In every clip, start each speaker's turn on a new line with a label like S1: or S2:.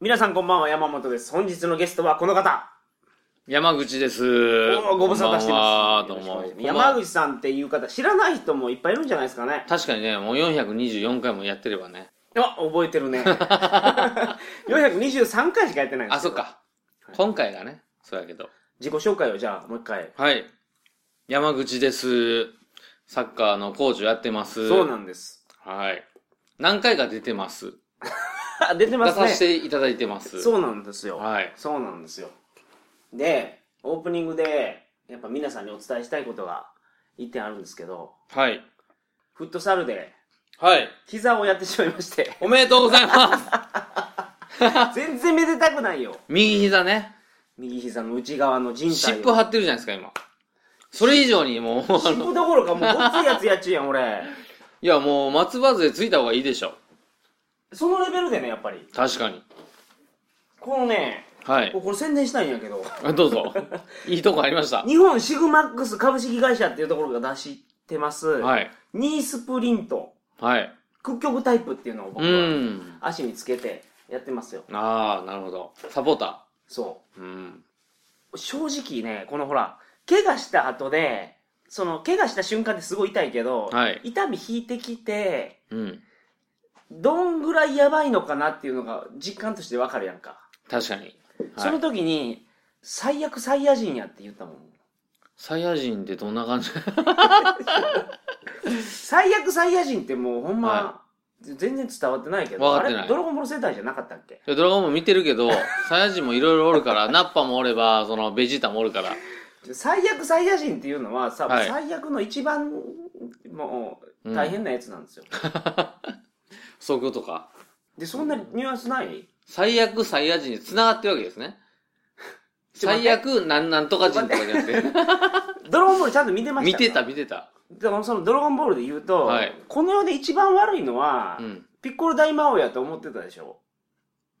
S1: 皆さんこんばんは、山本です。本日のゲストはこの方。
S2: 山口です。
S1: おご無沙汰してます。
S2: こんばんはどうも。
S1: 山口さんっていう方、知らない人もいっぱいいるんじゃないですかね。
S2: 確かにね、もう424回もやってればね。
S1: あ、覚えて るね。423回しかやってないんで
S2: あ、
S1: すけ
S2: そ
S1: ど
S2: っ。か
S1: は。い
S2: 今回がね、そうやけど。
S1: 自己紹介をじゃあ、もう一回。
S2: はい。山口です。サッカーのコーチをやってます。
S1: そうなんです。
S2: はい。何回か出てます。
S1: あ出てま
S2: 出
S1: す
S2: させ
S1: ね。
S2: ていただいてます。
S1: そうなんですよ。
S2: はい。
S1: そうなんですよ。で、オープニングで、やっぱ皆さんにお伝えしたいことが一点あるんですけど、
S2: はい。
S1: フットサルで
S2: はい。
S1: 膝をやってしまいまして、
S2: おめでとうござ います。
S1: 全然めでたくないよ。
S2: 右膝ね。
S1: 右膝の内側の人
S2: 湿
S1: 体
S2: 布
S1: を。
S2: 張ってるじゃないですか、今。それ以上にもう、 あ
S1: 湿
S2: の
S1: 布どころかもうごっついやつやっちゅうやん、俺。
S2: いや、もう松葉杖ついた方がいいでしょ。
S1: そのレベルでね、やっぱり。
S2: 確かに。
S1: このね、
S2: はい。
S1: これ宣伝したいんやけど、
S2: あど うぞ。いいとこありました。
S1: 日本シグマックス株式会社っていうところが出してます、
S2: はい。
S1: ニースプリント、
S2: はい。
S1: 屈曲タイプっていうのを
S2: う
S1: 僕は
S2: ーん。
S1: 足につけてやってますよ。
S2: ああ、なるほど。サポータ
S1: そう。
S2: ー。うん。
S1: 正直ね、このほら、怪我した後で、その、怪我した瞬間ってすごい痛いけど、
S2: はい
S1: 痛み引いてきて、
S2: うん。
S1: どんぐらいやばいのかなっていうのが実感としてわかるやんか。
S2: 確かに。
S1: そ
S2: は
S1: の
S2: い。
S1: 時に、最悪サイヤ人やって言ったもん。
S2: サイヤ人ってどんな感じ
S1: 最悪サイヤ人ってもうほんま、
S2: は
S1: 全然伝わってないけど、
S2: わ
S1: あ
S2: かってない
S1: れ、ドラゴンボール世代じゃなかったっけ
S2: ドラゴンも見てるけど、サイヤ人もいろいろおるから、ナッパもおれば、そのベジータもおるから。
S1: 最悪サイヤ人っていうのはさ、
S2: はい
S1: 最悪の一番、も
S2: う
S1: う、
S2: ん
S1: 大変なやつなん ですよ。
S2: そういうことか。
S1: で、そんなニュアンスない
S2: 最悪サイヤ人に繋がってるわけですね。
S1: ちょ待って
S2: 最悪なんなんとか人とかじゃなくて。
S1: ドラゴンボールちゃんと見 てまし
S2: 見
S1: た
S2: てた見てた。
S1: でもその「ドラゴンボール」で言うと、
S2: はい
S1: この世で一番悪いのは、
S2: うん。
S1: ピッコロ大魔王やと思ってたでしょ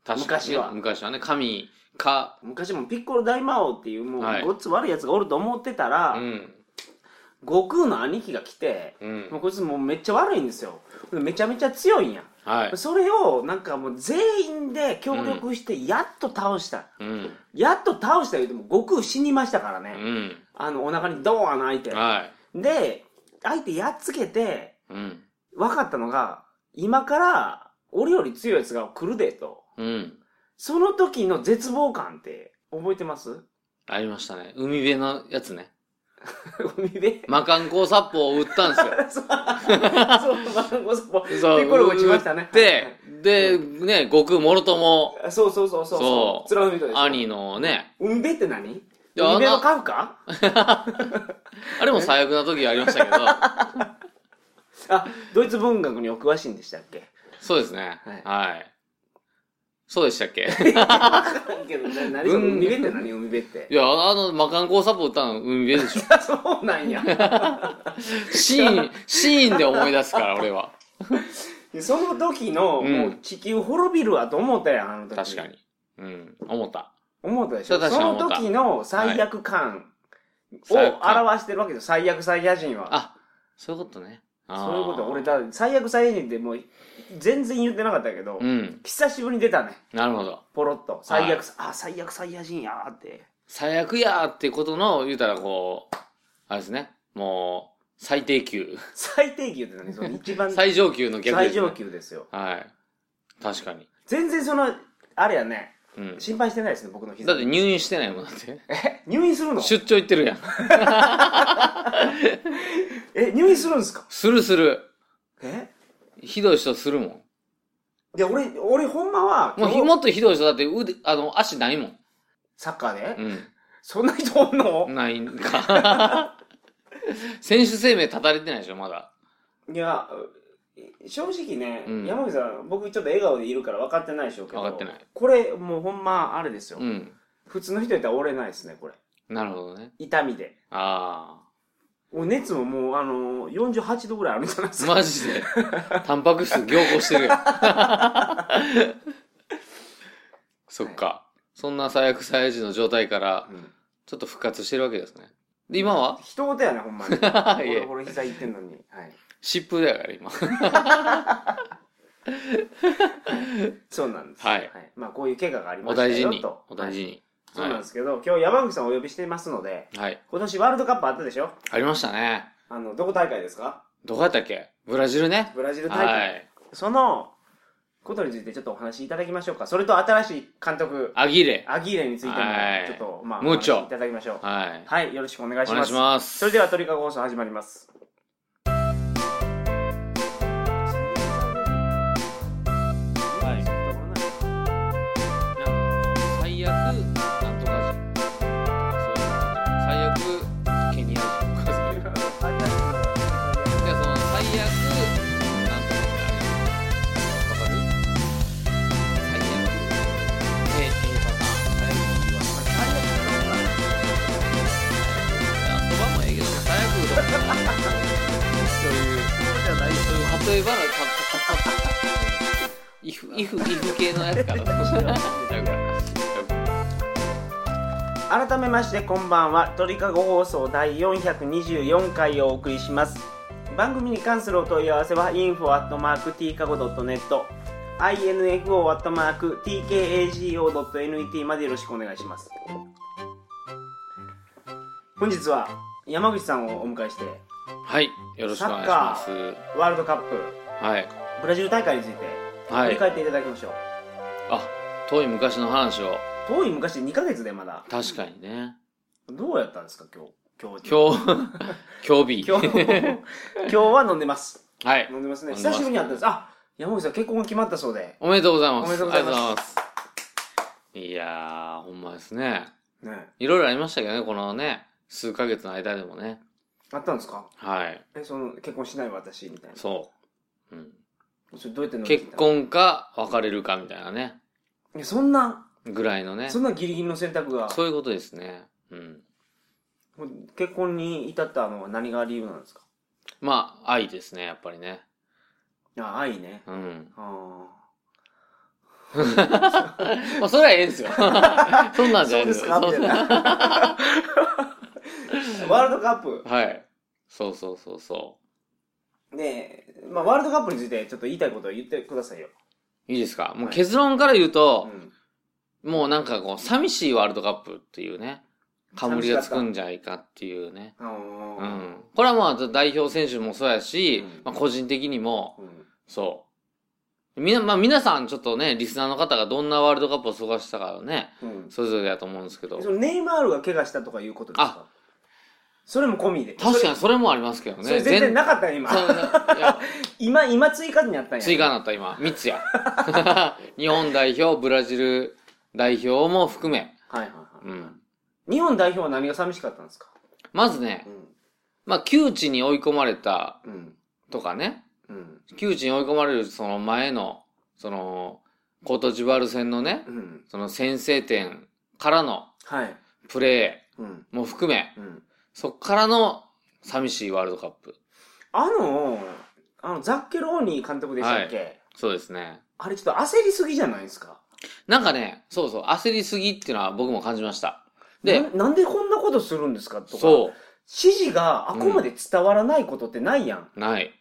S2: 確かにね。
S1: 昔は
S2: 昔はね、神か、
S1: 昔もピッコロ大魔王っていうもう
S2: はい
S1: ごっつ悪いやつがおると思ってたら、
S2: うん。
S1: 悟空の兄貴が来て、
S2: うん
S1: もう。こいつもうめっちゃ悪いんですよめちゃめちゃ強いんや
S2: はい。
S1: それをなんかもう全員で協力してやっと倒した、
S2: うん。
S1: やっと倒した言うても悟空死にましたから
S2: う
S1: ね、
S2: ん。
S1: あのお腹にドーン開いて
S2: はい。
S1: で相手やっつけて
S2: うん。
S1: 分かったのが、今から俺より強いやつが来るでと。
S2: うん。
S1: その時の絶望感って覚えてます
S2: ありましたね。海辺のやつね。
S1: 海辺
S2: 魔漢光殺法を打ったんです
S1: そ
S2: よ。
S1: う、そう、マンゴスポ。
S2: そう。
S1: ピッコロが打ちましたね。
S2: で、で、ね、悟空もろとも、
S1: はい、そうそうそうそう。
S2: そう
S1: 貫いたでしょ。
S2: 兄のね、
S1: 海辺って何
S2: や
S1: 海辺
S2: あ
S1: の
S2: の
S1: カフカ
S2: あれも最悪な時がありまし たけど、
S1: あ、ドイツ文学にお詳しいんでしたっ け
S2: そうですね
S1: はい。
S2: はい。そうでしたっけ
S1: けど、な何その
S2: うん
S1: 海辺って何海辺って
S2: い。や、あの、魔漢光殺法打ったの海辺でしょ。
S1: あ そうなんや。
S2: シーン、シーンで思い出すから、俺は。
S1: でその時の、
S2: うん
S1: もう地球滅びるわと思ったやん、あの時。
S2: 確かに。うん、思った。
S1: 思ったでしょ
S2: それは
S1: そ
S2: 確かに
S1: の
S2: 思
S1: 時の
S2: った
S1: 最悪感を
S2: 最悪感
S1: 表してるわけです最悪最野人は。
S2: あ、そういうことね。あー
S1: そういうこと。俺、だ最悪最野人ってもう、全然言ってなかったけど、
S2: うん、
S1: 久しぶりに出たね。
S2: なるほど。
S1: ポロッと。最
S2: は
S1: 悪、あ、最悪最野人やーって。
S2: 最悪やーってことの、言うたらこう、あれですね。もう、最低 級。
S1: 最低級って何その一番
S2: 最上級の逆で
S1: 最
S2: す、ね。
S1: 上。級ですよ。
S2: はい。確かに。
S1: 全然その、あれやね、
S2: うん。
S1: 心配してないですね、僕の膝。
S2: だって入院してないもんだって。
S1: え、入院するの
S2: 出張行ってるやん。
S1: え、入院するんですか
S2: するする。
S1: え
S2: ひどい人するもん。
S1: で、俺、俺ほんまは、
S2: もうひ
S1: 今日
S2: もっとひどい人だって腕、あの、足ないもん。
S1: サッカーで、
S2: う
S1: そんな人おんの
S2: ん。ないんか。 選手生命絶たれてないでしょ、まだ。
S1: いや、う正直ね、
S2: うん
S1: 山口さん、僕ちょっと笑顔でいるから分かってないでしょうけど、
S2: 分かってない
S1: これ、もうほんま、あれですよ、
S2: うん。
S1: 普通の人やったら折れないですね、これ。
S2: なるほどね。
S1: 痛みで。
S2: あ
S1: お熱ももう、あのー、48度ぐらいあるんじゃないです
S2: あ。
S1: か。
S2: マジで。タンパク質凝固し てるやん。そっか。そんな最悪最悪の状態から、
S1: うん
S2: ちょっと復活してるわけですね。で、今は
S1: ひと事やね、ほんまに。
S2: いえ
S1: 俺、俺膝いってんのに。はい。
S2: 湿布だから、今。
S1: そうなんです。
S2: はい
S1: まあ、こういう怪我がありま
S2: お
S1: した
S2: 大事
S1: よ
S2: に
S1: と。。
S2: お大
S1: はい
S2: 事に。
S1: そうなん
S2: は
S1: ですけど、今日山口さんをお呼びしていますので、
S2: い。はい。
S1: 今年ワールドカップあったでしょ
S2: ありましたね。
S1: あの、どこ大会ですか
S2: どこやったっけブラジルね。
S1: ブラジル大会。
S2: はい。
S1: そのことについてちょっとお話しいただきましょうか。それと新しい監督、
S2: アギーレ。
S1: アギーレについても、
S2: はい
S1: ちょっと、まあ、お
S2: ムー
S1: 話し
S2: チョ
S1: いただきましょう。
S2: はい。
S1: はい、よろしくお願い
S2: お
S1: し
S2: 願
S1: ま
S2: い
S1: す。
S2: します。
S1: それでは、鳥かご放送始まります。
S2: はい最悪なんとか人最悪ケニア人とかその最悪なんとかってあるわかる最悪ええパターンそばもええけど最悪うどんもいいそういうそういう例えばのイフイフイフ系のやつかな
S1: 改めましてこんばんは鳥かご放送第424回をお送りします番組に関するお問い合わせは info.tkago.net info.tkago.net までよろしくお願いします本日は山口さんをお迎えして
S2: はいよろしくお願いします
S1: ワールドカップ
S2: はい
S1: ブラジル大会について振
S2: は
S1: り
S2: い
S1: 返っていただきましょう、
S2: あ遠い昔の話を
S1: 遠い昔2ヶ月でまだ
S2: 確かにね
S1: どうやったんですか今日今日
S2: 今日今日日
S1: 今日 今日は飲んでます
S2: はい
S1: 飲んでますね。
S2: 飲んでま
S1: 久し
S2: す
S1: ぶりに会ったんです。あ、山口さん結婚が決まったそうで。
S2: おめでとうございます
S1: おめでとうございます
S2: ありがとうございますいやーほんまですね
S1: ね。
S2: いろいろありましたけどねこのね数ヶ月の間でもね
S1: あったんですか
S2: はい
S1: え、その、結婚しない私、みたいな。
S2: そう、うん、
S1: それどうやって乗り切
S2: 結
S1: ったの
S2: 婚か別れるかみたいなね
S1: いやそんな、
S2: ぐらいのね
S1: そんなギリギリの選択が、
S2: そういうことですね。うん。
S1: もう結婚に至ったのは何が理由なんですか
S2: まあ、愛ですね、やっぱりね。
S1: あ、愛ね。
S2: うん。
S1: あ
S2: まあ、それはええんですよ。 そんな
S1: あ。
S2: んじ
S1: そ
S2: ゃ
S1: うで
S2: ないですす
S1: か
S2: よ。
S1: みたい
S2: そんな
S1: な。 ワールドカップ。
S2: はい。そうそうそうそ
S1: ねえ、まあ、ワールドカップについてちょっと言いたいことを言ってくださいよ。
S2: う。いいですかもう
S1: はい
S2: 結論から言う
S1: う
S2: と、
S1: ん。
S2: もうなんかこう、寂しいワールドカップっていうね、冠がつくんじゃないかっていうね。
S1: あー
S2: うん。これはまあ、代表選手もそうやし、
S1: うん
S2: まあ、個人的にも、
S1: うん。
S2: そう。みな、まあ、皆さんちょっとね、リスナーの方がどんなワールドカップを過ごしたかをね、
S1: うん。
S2: それぞれだと思うんですけど。
S1: そのネイマールが怪我したとかいうことですかそれも込みで。
S2: 確かにそれもありますけどね。
S1: それ全然
S2: な
S1: なかったね、今。
S2: いや
S1: 今、今追加になったんや。
S2: 追加になった今、3つや。 日本代表、ブラジル代表も含め。
S1: はいはいはい。
S2: うん。
S1: 日本代表は何が寂しかったんですか
S2: まずね
S1: う、ん。
S2: まあ、窮地に追い込まれた
S1: うん。
S2: とかね、
S1: うん。
S2: 窮地に追い込まれるその前の、その、コートジバル戦のね、
S1: うん。
S2: その先制点からの
S1: はい。
S2: プレ
S1: うん。
S2: ーも含め、
S1: うん。
S2: そっからの寂しいワールドカップ。
S1: あの、あの、ザッケローニ監督でしたっけ、
S2: そうですね。
S1: あれちょっと焦りすぎじゃないですか
S2: なんかね、そうそう、焦りすぎっていうのは僕も感じました。で
S1: な、なんでこんなことするんですかとか。
S2: そう。
S1: 指示があ
S2: う
S1: く
S2: ん
S1: まで伝わらないことってないやん。
S2: ない。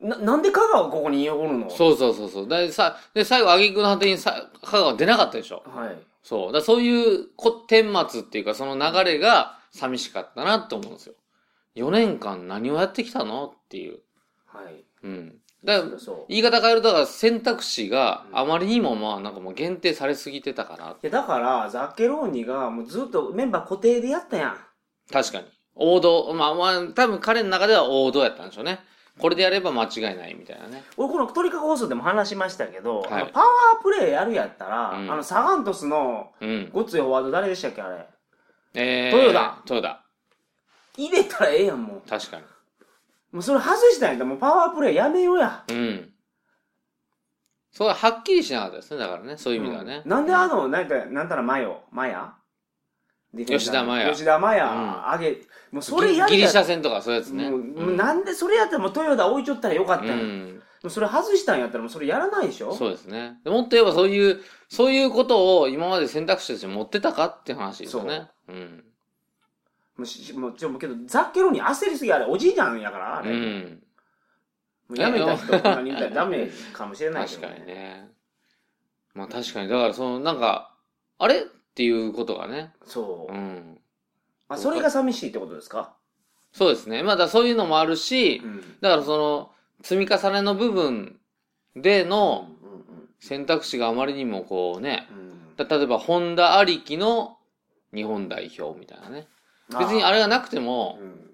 S1: な、なんで香川ここに居おるの
S2: そうそうそうそう。で、さ、で、最後、挙句の果てにさ、香川出なかったでしょ。
S1: はい。
S2: そう。だからそういう、こ、天末っていうか、その流れが寂しかったなと思うんですよ。4年間何をやってきたのっていう。
S1: はい。
S2: うん。だから
S1: そう。
S2: 言い方変えると、だから選択肢が
S1: うん
S2: あまりにも、まあ、なんかもう限定されすぎてたかな。
S1: いやだから、ザッケローニがもうずっとメンバー固定でやったやん。
S2: 確かに。王道。まあまあ、多分彼の中では王道やったんでしょうね。これでやれば間違いないみたいなね。
S1: 俺この鳥かご放送でも話しましたけど、
S2: はい
S1: あのパワープレイやるやったら、
S2: うん
S1: あのサガントスの
S2: うん。
S1: ごっついフォワード誰でしたっけあれ
S2: えー。
S1: 豊田。
S2: 豊田。
S1: 入れたらええやんも
S2: 確か
S1: うもうそれ外したんやったらもうパワープレイやめようや
S2: に。うん。そう、はっきりしなかったですね。だからね、そういう意味ではね。
S1: うんなんであのなんかなんたらマヨマヤディフェンダーの
S2: 吉田麻也
S1: 吉田麻也、
S2: うん
S1: あげもうそれや
S2: ギリギリ
S1: り
S2: シ
S1: た
S2: ャ戦とかそういうやつね。
S1: もうもう
S2: うん
S1: なんでそれやったらもう豊田置いちょったらよかったやん、
S2: う
S1: も
S2: ん
S1: うそれ外したんやったらもうそれやらないでしょ
S2: そうですね。でもっと言えばそういう、そういうことを今まで選択肢として持ってたかって話ですよね。うん。
S1: もうしもうちょもうけどザッケローニ焦りすぎあれおじいちゃんやからあ
S2: う
S1: れ、
S2: ん。
S1: もうやめた人とかにいたらダメかもしれないけ
S2: 確
S1: ど、
S2: かにね。まあ確かに、だからその、なんか、あれっていうことがね。
S1: そう、
S2: うん。
S1: まあ、それが寂しいってことですか、
S2: そうですね。まあだからそういうのもあるし
S1: う、ん、
S2: だからその、積み重ねの部分で
S1: うん
S2: の
S1: うん
S2: 選択肢があまりにもこうね、
S1: うん
S2: だ例えば、ホンダありきの日本代表みたいなね。別にあ
S1: れ
S2: れがなくても
S1: う、ん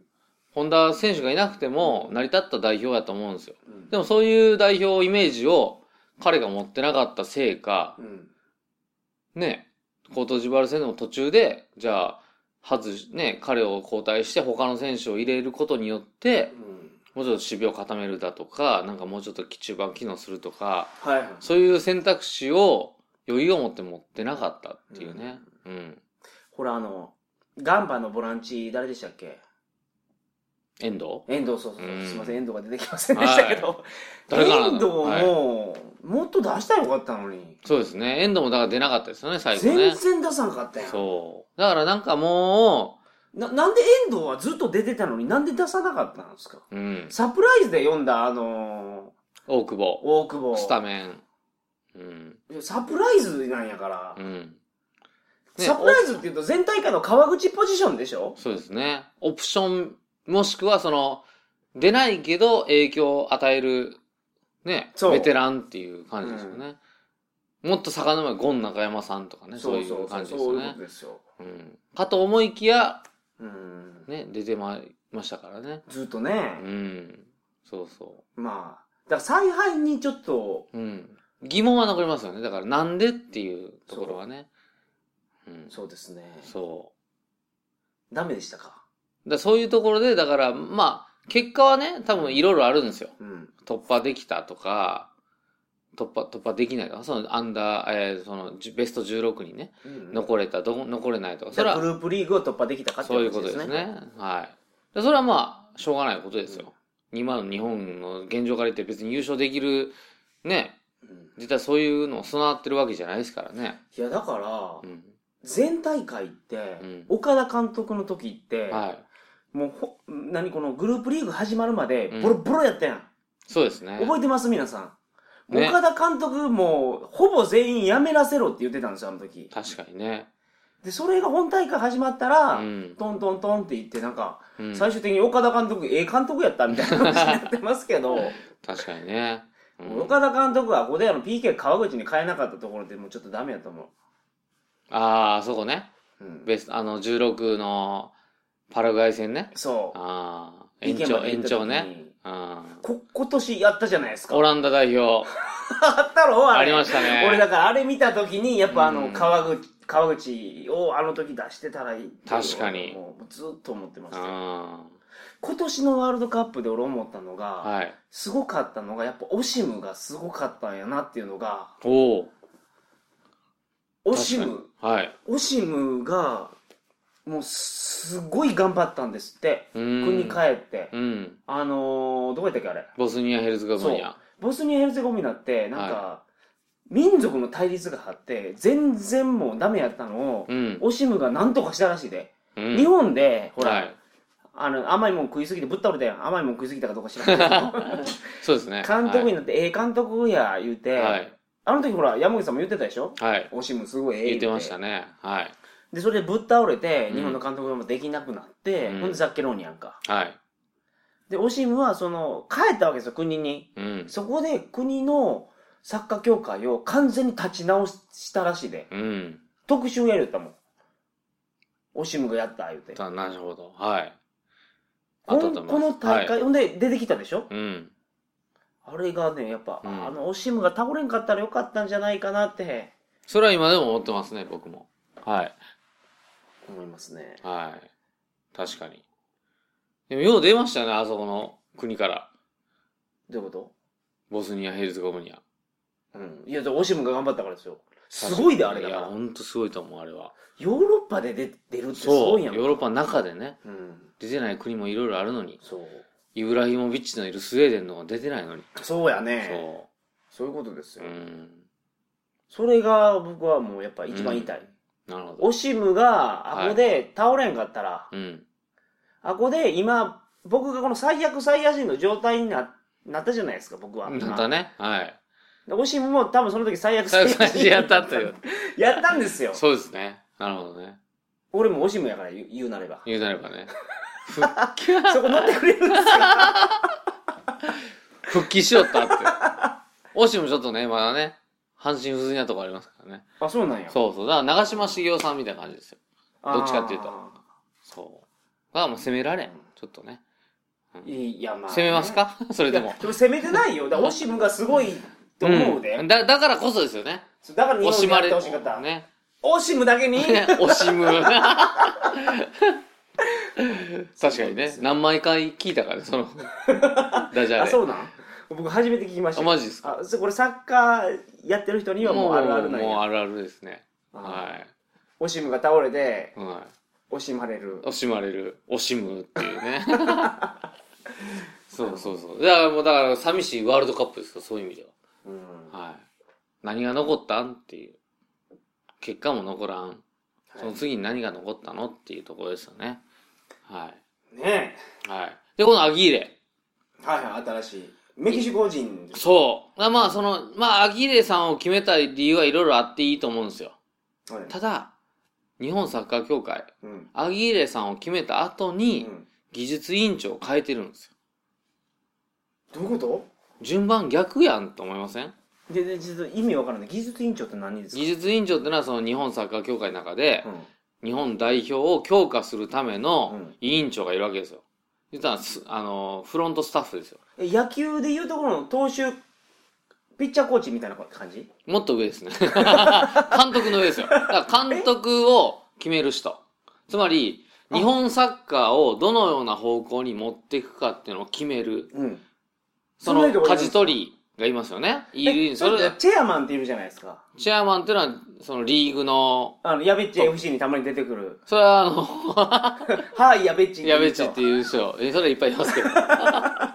S2: ホンダ選手がいなくても、成り立った代表やと思うんですよ。
S1: うん
S2: でもそういう代表イメージを彼が持ってなかったせいか、
S1: うん
S2: ね、コートジバル戦でも途中で、じゃあ、外し、ね、彼を交代して他の選手を入れることによって、
S1: うん
S2: もうちょっと守備を固めるだとか、なんかもうちょっと中盤機能するとか、
S1: はいはい
S2: そういう選択肢を余裕を持って持ってなかったっていうね。うん。
S1: ほらあのガンバのボランチ誰でしたっけ
S2: 遠藤
S1: 遠藤そうそうそう、
S2: うん
S1: すいません遠藤が出てきませんでしたけど、
S2: 誰かな
S1: 遠藤も、
S2: はい
S1: もっと出したらよかったのに、
S2: そうですね。遠藤もだから出なかったですよね、最後ね
S1: 全。然出さなかったやん
S2: そう。だからなんかも
S1: ななんで遠藤はずっと出てたのになんで出さなかったんですか
S2: う、うん。
S1: サプライズで読んだあの
S2: 大久
S1: ー、
S2: 保、
S1: 大久保
S2: スタメン。うん。
S1: サプライズなんやから、
S2: うん。
S1: サプライズって言うと全体下の川口ポジションでしょ
S2: おそうですね。オプション、もしくはその、出ないけど影響を与える、ね、
S1: そう
S2: ベテランっていう感じですよね。もっと坂の上、ゴン中山さんとかね、そういう感じですよ
S1: そういう
S2: ね
S1: こ。とですよ、
S2: うん。かと思いきや、
S1: うん、
S2: ね、出てまいりましたからね。
S1: ずっとね
S2: う、ん。そうそ
S1: まあだから采配にちょっと
S2: う。うん。疑問は残りますよね。だから、なんでっていうところはね。うん。
S1: そうですね
S2: そう。
S1: ダメでしたか
S2: だそういうところで、だから、まあ、結果はね、多分いろいろあるんですよ。
S1: うん
S2: 突破できたとか、突破、突破できないとか、そのアンダー、えーその、じゅベスト16にね、
S1: うん
S2: 残れた、どこ、残れないとか、そ
S1: じ
S2: れ
S1: ゃあグ
S2: は、
S1: ループリーグを突破できたかって
S2: そういうこ
S1: 話で
S2: とです
S1: ね
S2: すね。はい。でそれはまあ、しょうがないことですよ。今の日本の現状から言って別に優勝できる、ね、
S1: うん
S2: 実はそういうのを備わってるわけじゃないですからね。
S1: いやだから、
S2: うん。
S1: 全大会って、
S2: うん
S1: 岡田監督の時って、
S2: はい。
S1: もうほ何このグループリーグ始まるまで
S2: うん
S1: ボロボロやったやん、
S2: そうですね。
S1: 覚えてます皆さん、
S2: ね
S1: 岡田監督もうほぼ全員やめらせろって言ってたんですよあの時
S2: 確かにね。
S1: でそれが本大会始まったら、
S2: うん。
S1: トントントンって言ってなんか、
S2: うん
S1: 最終的に岡田監督ええ監督やったみたいな話になってますけど、
S2: 確かにね。うん
S1: 岡田監督はここであの PK 川口に変えなかったところでもうちょっとダメやと思
S2: ああ、そこね。
S1: う、うん、
S2: ベスト、あの、16のパラグアイ戦ね。
S1: そう
S2: ああ、延
S1: PK
S2: 長、
S1: まで行
S2: 延
S1: った時に
S2: 長ね。うん。
S1: こ今年やったじゃないですか
S2: オランダ代表、
S1: あったろあ
S2: あ
S1: れ
S2: りましたね。
S1: 俺だからあれ見た時にやっぱあ
S2: う
S1: の
S2: ん
S1: 川口川口をあの時出してたらいいっていう
S2: 確かに
S1: もうずっと思ってまし
S2: う
S1: たよ
S2: ん。
S1: 今年のワールドカップで俺思ったのが、
S2: はい。
S1: すごかったのがやっぱオシムがすごかったんやなっていうのが
S2: おお。
S1: オシ
S2: 確
S1: ム
S2: かに。はい。
S1: オシムがもうすごい頑張ったんですって
S2: うん。
S1: 国帰って、
S2: うん。
S1: あのー、どこやったっけあれ
S2: ボスニア・ヘルツェゴビニア。
S1: ボスニア・ヘルツェゴミナってなんか、民族の対立があって全然もうダメやったのを、
S2: うん。
S1: オシムがなんとかしたらしいで、
S2: うん
S1: 日本でほら、
S2: はい。
S1: あの甘いもん食いすぎてぶっ倒れたやん甘いもん食いすぎたかどうか知ら ん
S2: そうですね
S1: け。ど監督
S2: に
S1: になって、ええ監督や言うて、
S2: はい。
S1: あの時ほら山口さんも言ってたでしょ
S2: はい。
S1: オシムすごいええ
S2: 言ってましたね。はい。
S1: でそれでぶっ倒れて
S2: うん
S1: 日本の監督もできなくなって、
S2: うん
S1: ほんでザッケローニやんか
S2: はい。
S1: でオシムはその帰ったわけですよ国に
S2: うん。
S1: そこで国のサッカー協会を完全に立ち直したらしいで
S2: うん。
S1: 特集やるったもんオシムがやった言うて
S2: だなるほど。はい。
S1: こ
S2: あ
S1: ん
S2: ったと思
S1: こ
S2: いま
S1: の
S2: す
S1: 大
S2: は
S1: 会、ほんで出てきたでしょ
S2: いうん。
S1: あれがねやっぱ、
S2: うん
S1: あのオシムが倒れんかったらよかったんじゃないかなって
S2: それは今でも思ってますね、僕も。はい。
S1: 思いますね
S2: はい。確かに。でも、よう出ましたね、あそこの国から。
S1: どういうこ
S2: ボスニア、ヘルツェゴブニア。
S1: と、うん、いやでもオシムが頑張ったからですよすごいであれだ
S2: い
S1: か
S2: や、
S1: ら
S2: ほんとすごいと思う、あれは。
S1: ヨーロッパで出出るってす
S2: そ
S1: ご
S2: う、
S1: いや
S2: ヨ
S1: ん
S2: ーロッパの中でね、
S1: うん
S2: 出てない国もいろいろあるのに、
S1: そう
S2: イブラヒモビッチのいるスウェーデンのが出てないのに。
S1: そうやね
S2: そ
S1: そういうことです
S2: う。
S1: よ、
S2: うん。
S1: それが僕はもうやっぱ一番言いたい、
S2: なるほど。
S1: オシムがあこで倒れんかったら、
S2: うん。
S1: あこで今僕がこの最悪最悪人の状態になっなったじゃないですか僕は
S2: だったね。はい。
S1: でおしんも多分その時最悪
S2: 最悪最悪やったという
S1: やったんですよ
S2: そうですね。なるほどね。
S1: 俺もおしんもやから言う言うなれば
S2: 言うなればね。
S1: そこ乗ってくれるんですよ
S2: 復帰しよったって。 惜しもちょっとね、まだね、半身不随なとこありますからね。
S1: あそうなんや
S2: そうそう。だから長嶋茂雄さんみたいな感じですよ。
S1: あー
S2: どっちかっていうとそう。だからもう攻められん。ちょっとね。
S1: いやまあね、
S2: 攻めますか それ
S1: い
S2: で
S1: や
S2: も。
S1: でも攻めてないよだからオシムがすごいと 思うで、
S2: ん、だだからこそですよね。
S1: そうだから日本で
S2: 惜し
S1: や
S2: ま
S1: って
S2: れ
S1: ほしかった、
S2: ね。
S1: オシムだけに
S2: ね惜しむ。 確かに
S1: で
S2: ね
S1: す。よ
S2: 何枚か聞いたから ね、その、ダジャレ。
S1: あそうなん僕初めて聞きました
S2: あマジです
S1: あそうこれサッカーやってる人にはもうあるあるなん
S2: もう
S1: や
S2: あるあるですね。
S1: あー
S2: は
S1: オシムが倒れて
S2: い。はい。
S1: 惜しまれる
S2: 惜しまれる惜しむっていうね そうそうそうだからもうだから寂しいワールドカップですよそういう意味で
S1: うん
S2: ははい何が残ったんっていう結果も残らんその次に何が残ったのっていうところですよねは
S1: ね
S2: いはいでこのアギーレ
S1: えはいはい新しいメキシコ人です
S2: そうまあまあそのまあアギーレさんを決めたい理由はいろいろあっていいと思うんですよ
S1: はい
S2: ただ日本サッカー協会
S1: うん
S2: アギーレさんを決めた後
S1: う
S2: に
S1: ん
S2: 技術委員長を変えてるんですよ
S1: どういうこと
S2: 順番逆やんと思いません
S1: ででちょっと意味わからない技術委員長って何ですか
S2: 技術委員長ってのはその日本サッカー協会の中で
S1: う、ん
S2: 日本代表を強化するため
S1: う
S2: の
S1: ん
S2: 委員長がいるわけですよ。言ったらす、あの、フロントスタッフですよ。
S1: え野球でいうところの投手ピッチャーコーチみたいな感じ
S2: もっと上です ね。監督の上ですよ。だから監督を決める人。つまり、日本サッカーをどのような方向に持っていくかっていうのを決める。
S1: うんそ
S2: そ
S1: んな
S2: の
S1: 人がいるんですか
S2: 舵取りがいますよね。いる、
S1: え
S2: それ
S1: だってチェアマンっているじゃないですか
S2: チェアマンっていうのは、そのリーグの、
S1: あのやべっち FC にたまに出てくる
S2: それはあの、
S1: はいやべっち
S2: やべっちって
S1: いう
S2: いう人、えそれいっぱいいますけ ど。だか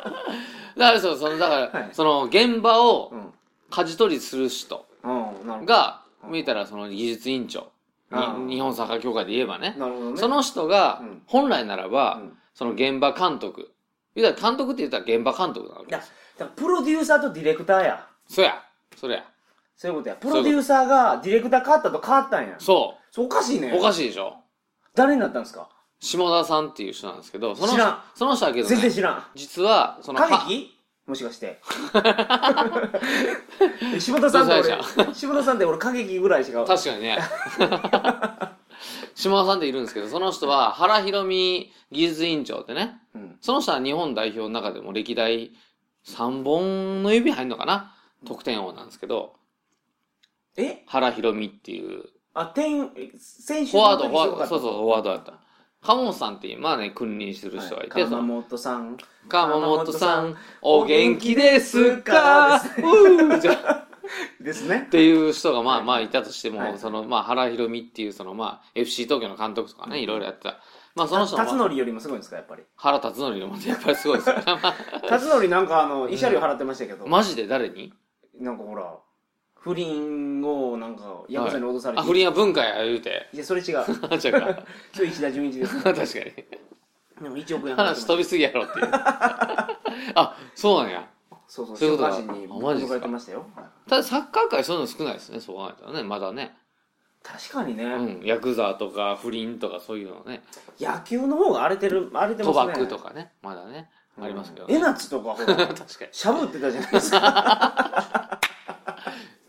S2: らそう、その、だから、
S1: はい
S2: その、現場を
S1: 人うん
S2: 舵取りする人
S1: うんなるほど
S2: が、見たらその技術委員長、に
S1: あー
S2: 日本サッカー協会で言えばね、
S1: なるほどね
S2: その人が
S1: うん、
S2: 本来ならば、
S1: うん
S2: その現場監督、言うたら監督って言ったら現場監督なわ
S1: い
S2: け
S1: やだ
S2: で
S1: か
S2: す。
S1: らプロデューサーとディレクターや
S2: そや、そりゃ、
S1: そういうことやプ
S2: ういうこ
S1: ロ
S2: と
S1: デューサーがディレクター変わったと変わったんや
S2: そ、
S1: そうおかしいうね
S2: おかしいでしょ。
S1: 誰になったんですか
S2: 下田さんっていう人なんですけど、その
S1: 知らん
S2: その人だけど
S1: 全然
S2: ね、
S1: 知らん
S2: 実は、その、は
S1: 神木もしかして え柴田さんって
S2: どう
S1: 俺柴田さんって俺過激ぐらいしか
S2: 確 かにね島田さんっているんですけどその人は原博美技術委員長ってね
S1: うん
S2: その人は日本代表の中でも歴代3本の指入るのかな得点王なんですけど
S1: え
S2: 原博美っていう
S1: あ点選手
S2: フォワードフォワー
S1: すごかった
S2: ドそうそうフォワードだった鴨本さんっていうまあね君臨する人がいて、
S1: はい
S2: そ
S1: 鎌
S2: の
S1: 本さん
S2: 鎌
S1: 鎌本
S2: 本さん
S1: さん
S2: お元気ですか
S1: です
S2: うーじゃあ
S1: ですね
S2: っていう人がまあまあいたとしても、
S1: はい
S2: そのまあ原博美っていうそのまあ FC 東京の監督とかね、いろいろやってた。まあその人も
S1: 辰徳よりもすごいんですかやっ ぱり
S2: 原辰徳のもやっぱりすごいですよね。
S1: 辰徳なんかあの慰謝料払ってましたけど、
S2: マジで誰に
S1: なんかほら不倫をなんかヤクザに脅されて、
S2: あ、不倫は文化や言うて。
S1: いやそれ違う
S2: 話やから。
S1: それ石田純一です
S2: 確かに。
S1: でも1億円払ってま
S2: 話
S1: し
S2: 飛びすぎやろっていう。 あ、そうなんや。
S1: たそうそう
S2: そういう
S1: 週
S2: ことだ
S1: 刊誌に
S2: あマジですか
S1: かれてましたよはい
S2: ただサッカー界そういうの少ないですね、そう考えたらね、まだね。
S1: 確かにね、
S2: うん、ヤクザとか不倫とかそういうのね。
S1: 野球の方が荒れてる荒れてます
S2: 賭
S1: ね
S2: 博とかね、まだね、ありますけど
S1: え
S2: ね。
S1: なちとかほ ら
S2: 確か
S1: しゃぶってたじゃないですか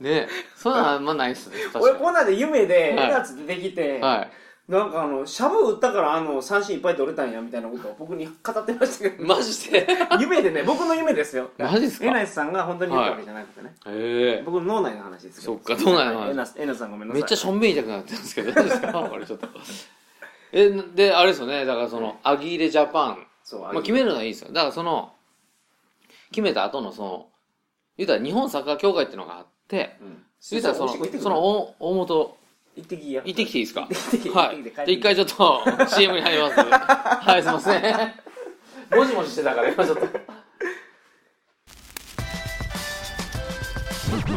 S2: に。ねそういうのはあんまないっすね、
S1: 俺
S2: 確か
S1: こんなんで夢でえ
S2: はい
S1: なつ出てきて、
S2: に。はい。
S1: なんかあのしゃぶ打ったからあの三振いっぱい取れたんやみたいなこと を僕に語ってましたけど
S2: マ ジで
S1: 夢でね僕の夢ですよ
S2: マジっすか
S1: えなつさんが本当に言ったわけじゃなくてね、
S2: ええ
S1: 僕の脳内の話ですけど
S2: そっか脳内の話
S1: はいえなつえなつさんごめんなさ
S2: め
S1: い
S2: っちゃしょんべん痛くなってるんですけど、大丈夫ですかこれちょっと。え、で、あれですよね、だからその、アギーレジャパン。
S1: そう
S2: まあ、決めるのはいいですよ。だからその、決めた後のその、言うたら日本サッカー協会っていうのがあって、
S1: うん
S2: 言うたらその、
S1: 美味しい
S2: その大大元、
S1: 行ってきや
S2: 行ってきていいですか
S1: 行ってき
S2: は
S1: 行ってきて帰っ
S2: い。
S1: て
S2: で、
S1: き
S2: 一回ちょっと CM に入り ます。はい、すいません。もじもじしてたから、今ちょっと。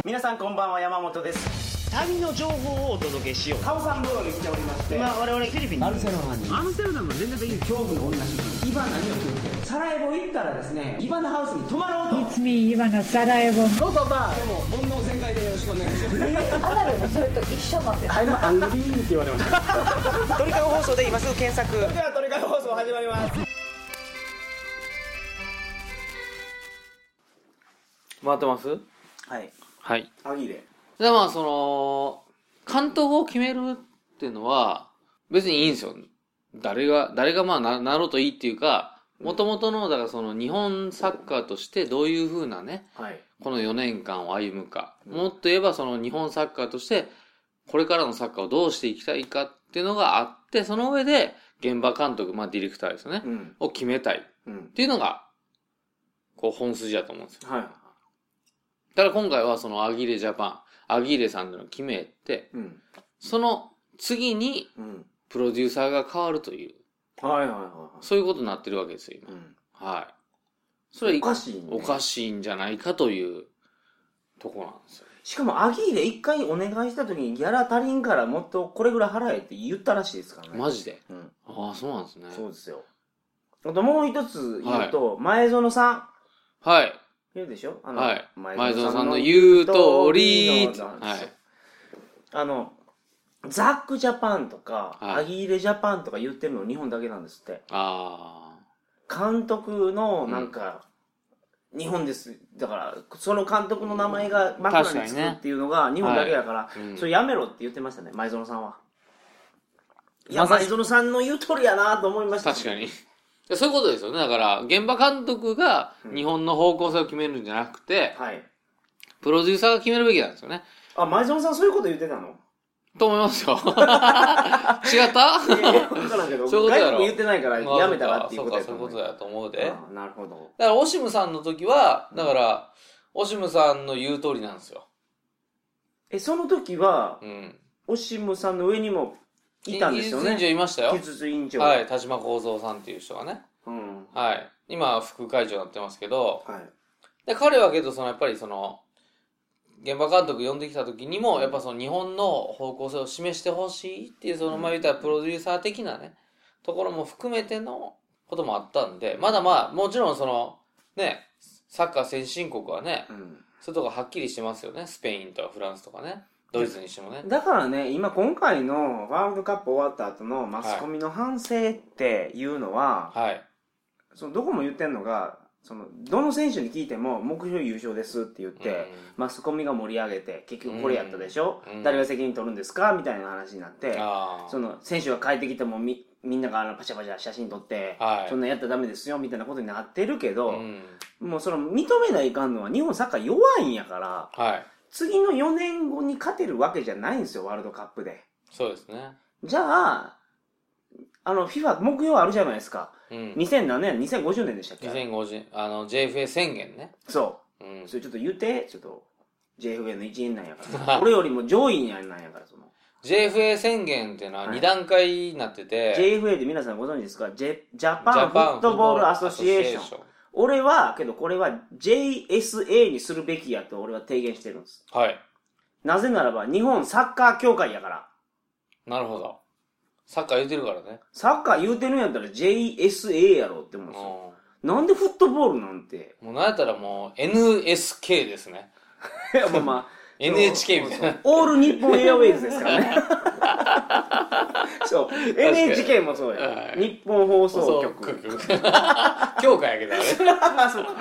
S1: 皆さんこんばんは山本です
S3: 旅の情報をお届けしよう
S1: カオさん道路に来ておりまして
S3: 今我々フィリピンに
S1: バルセロナに
S2: アムステルダム全然できる
S1: 恐怖の女主人イバナには気をつけてサラエボ行ったらですねイバナハウスに泊まろうと
S4: It's me, Ivana Sarajevo.
S1: どうぞバーでも煩悩全開でよろしくお願いします
S5: 花火もそれと一緒なんですよ
S1: あれもアングリーンって言われました
S3: トリカゴ放送で今すぐ検索
S1: ではトリカゴ放送始まります
S2: 回ってます
S1: はい
S2: はい
S1: アギレ
S2: でまあその監督を決めるっていうのは別にいいんですよ誰が誰がまあななろうといいっていうかもともとのだからその日本サッカーとしてどういうふうなね
S1: はい
S2: この4年間を歩むか、もっと言えばその日本サッカーとして、これからのサッカーをどうしていきたいかっていうのがあって、その上で現場監督、まあディレクターですよね、
S1: うん
S2: を決めたいっ
S1: うん
S2: ていうのが、こう本筋だと思うんですよ。
S1: はい
S2: だから今回はそのアギーレジャパン、アギーレさんの決めて、
S1: うん
S2: その次に
S1: うん
S2: プロデューサーが変わるという、
S1: はいはいは
S2: そういうことになってるわけですよ、
S1: いうん
S2: 今。はい。それ
S1: おかしいね
S2: おかしいんじゃないかというとこなんですよ。
S1: しかもアギーレ一回お願いした時にギャラ足りんからもっとこれぐらい払えって言ったらしいですからね
S2: マジで。
S1: うん
S2: ああ、そうなんですね。
S1: そうですよあともう一つ言うと前園さん
S2: はい。
S1: 言うでしょあ
S2: はい。前園さんの言う通
S1: の
S2: り
S1: なんですよ
S2: はい。
S1: あのザックジャパンとか、
S2: は
S1: ア
S2: い
S1: ギーレジャパンとか言ってるの日本だけなんですって
S2: あ
S1: 監督のなんか、日本ですだからその監督の名前が枕につくっていうのが日本だけだから、
S2: ー。うん
S1: それやめろって言ってましたね前園さんはいや
S2: まさ
S1: 前
S2: し
S1: 園さんの言う通りやなと思いました
S2: 確かに。そういうことですよね。だから、現場監督が日本の方向性を決めるんじゃなくて、
S1: はい
S2: プロデューサーが決めるべきなんですよね。
S1: あ前園さんそういうこと言ってた の
S2: と思いま すよ。
S1: いやいや
S2: 違った
S1: 分からんけど
S2: そういうこと
S1: 外
S2: やろ
S1: 国言ってないからやめたらっていうことや
S2: そ
S1: と
S2: う
S1: 思
S2: か、そういうこ
S1: う
S2: とだと思うで。だか
S1: あなるほど
S2: ら、オシムさんの時は、だから、オシムさんの言う通りなんですよ。
S1: えその時は
S2: うん。
S1: オシムさんの上にもいたんですよ
S2: 技術委
S1: ね
S2: 員長いましたよ
S1: 技。術委員長
S2: はい、田島幸三さんっていう人がね。
S1: うんは
S2: はい。今、副会長になってますけど、
S1: い
S2: で、彼はけど、その、やっぱりその、現場監督呼んできた時にも、やっぱその日本の方向性を示してほしいっていう、その、まあ言ったらプロデューサー的なね、ところも含めてのこともあったんで、まだまあ、もちろんその、ね、サッカー先進国はね、
S1: うん
S2: そういうとこはっきりしてますよね。スペインとかフランスとかね、ドイツにしてもね。
S1: だからね今今回のワールドカップ終わった後のマスコミの反省っていうのは、
S2: はい。
S1: そのどこも言ってんのがそのどの選手に聞いても目標優勝ですって言って、マスコミが盛り上げて結局これやったでしょ、
S2: うん
S1: 誰が責任取るんですかみたいな話になって
S2: うん、あ
S1: その選手が帰ってきてもみみんながあのパシャパシャ写真撮って、
S2: はい
S1: そんなんやったらダメですよみたいなことになってるけ
S2: あ。
S1: ど
S2: う、ん。
S1: もうその認めないかんのは日本サッカー弱いんやから
S2: はい。
S1: 次の4年後に勝てるわけじゃないんですよワールドカップで
S2: そうですね。
S1: じゃああの FIFA 目標あるじゃないですか
S2: うん。
S1: 2007年2050年でしたっけ
S2: 2050、あの、JFA 宣言ね。
S1: そう
S2: うん。
S1: それちょっと言って、ちょっと JFA の一員なんや から。俺よりも上位になんやから、その。
S2: JFA 宣言っていうのは
S1: はい
S2: 2段階になってて、
S1: JFA で皆さんご存知ですかジェジャ
S2: ジ
S1: パンフットボールアソシエーション。
S2: ョン。
S1: 俺は、けどこれは JSA にするべきやと俺は提言してるんです。
S2: はい。
S1: なぜならば日本サッカー協会やから。
S2: なるほど。サッカー言うてるからね。
S1: サッカー言うてるんやったら JSA やろって思うん
S2: うん
S1: ですよ。なんでフットボールなんて。
S2: もうなんやったらもう NSK ですね。
S1: いやまあまあ
S2: NHK みたいな。
S1: オール日本エアウェイズですからね。そう。NHK もそう
S2: は
S1: や。
S2: い
S1: 日本放
S2: そ
S1: 送
S2: う
S1: 局。
S2: 教会やけどあれ。
S1: あそうか。